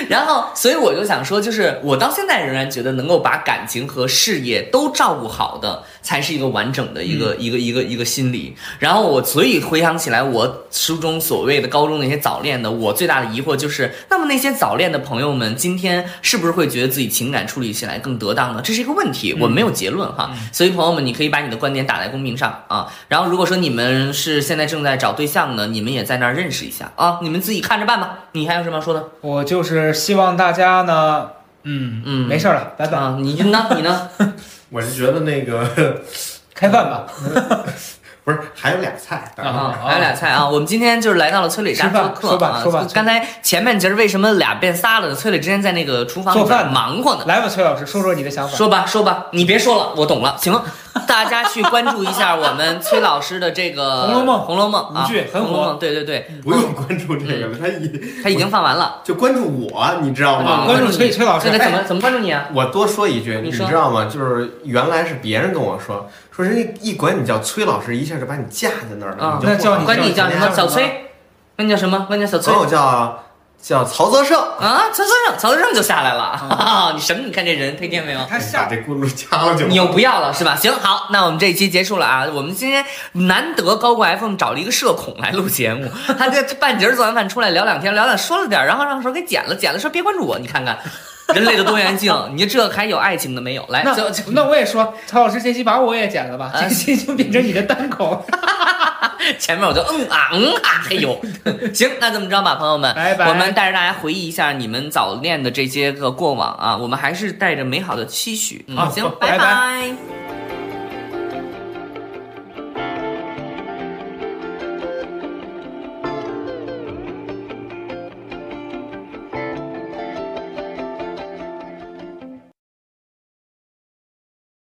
B: 然后，所以我就想说，就是我到现在仍然觉得，能够把感情和事业都照顾好的，才是一个完整的一个、一个一个一个心理。然后我所以回想起来，我初中所谓的高中那些早恋的，我最大的疑惑就是，那么那些早恋的朋友们，今天是不是会觉得自己情感处理起来更得当呢？这是一个问题，我没有结论哈。所以朋友们，你可以把你的观点打在公屏上啊。然后如果说你们是现在正在找对象呢，你们也在那儿认识一下啊，你们自己看着办吧。你还有什么要说的？
A: 我就是希望大家呢，嗯
B: 嗯
A: 没事儿了，拜拜，
B: 啊，你呢？你呢？
D: 我是觉得那个
A: 开饭吧，
D: 不是还有俩菜
A: 啊
B: 啊，还有俩菜啊！我们今天就是来到了崔磊家做
A: 吃
B: 客
A: 饭
B: 啊
A: 说吧说吧。
B: 刚才前半截儿为什么俩变仨了呢？崔磊之前在那个厨房
A: 做饭呢
B: 忙活呢。
A: 来吧，崔老师，说说你的想法。
B: 说吧，说吧，你别说了，我懂了。行，大家去关注一下我们崔老师的这 个《
A: 红楼梦
B: 红楼梦》啊，
A: 吴剧很
B: 红楼
A: 火
B: 梦》对对对，
D: 不用关注这个了，他已
B: 他已经放完了。
D: 就关注我，你知道
A: 啊
D: 吗？
A: 关注
B: 你
A: 崔崔老师哎
B: 对对，怎么怎么关注你啊？
D: 我多说一句，
B: 你
D: 你
B: 说
D: 知道吗？就是原来是别人跟我说，说人家一管你叫崔老师，一下就把你架在那儿
B: 啊
D: 了，你就
A: 那叫哦
D: 不好
A: 关
B: 管
D: 意
B: 你
D: 思
B: 叫什么？
D: 人家
B: 小崔？管你叫什么？管你叫小崔
D: 管？我叫叫曹泽胜。
B: 啊，曹泽胜，曹泽胜就下来了。哈哈，
A: 嗯
B: 你什么？你看这人，推荐没有？
A: 他
D: 把
A: 下
D: 这轱辘掐了 就
B: 你又不要了是吧？行，好，那我们这一期结束了啊。我们今天难得高过 FM 找了一个社恐来录节目， 他这半截儿做完饭出来聊两天，聊两说了点儿，然后让手给剪了，剪了说别关注我，你看看 人类的多元性，你这还有爱情的没有？来，
A: 那
B: 就就
A: 那我也说，曹老师这期把我也剪了吧，
B: 啊
A: 这期就变成你的单口。
B: 前面我就嗯啊嗯啊，嘿呦， 行，那这么着吧，朋友们，
A: 拜拜
B: 我们带着大家回忆一下你们早恋的这些个过往啊，我们还是带着美好的期许。嗯，
A: 好
B: 行，
A: 拜拜
B: 拜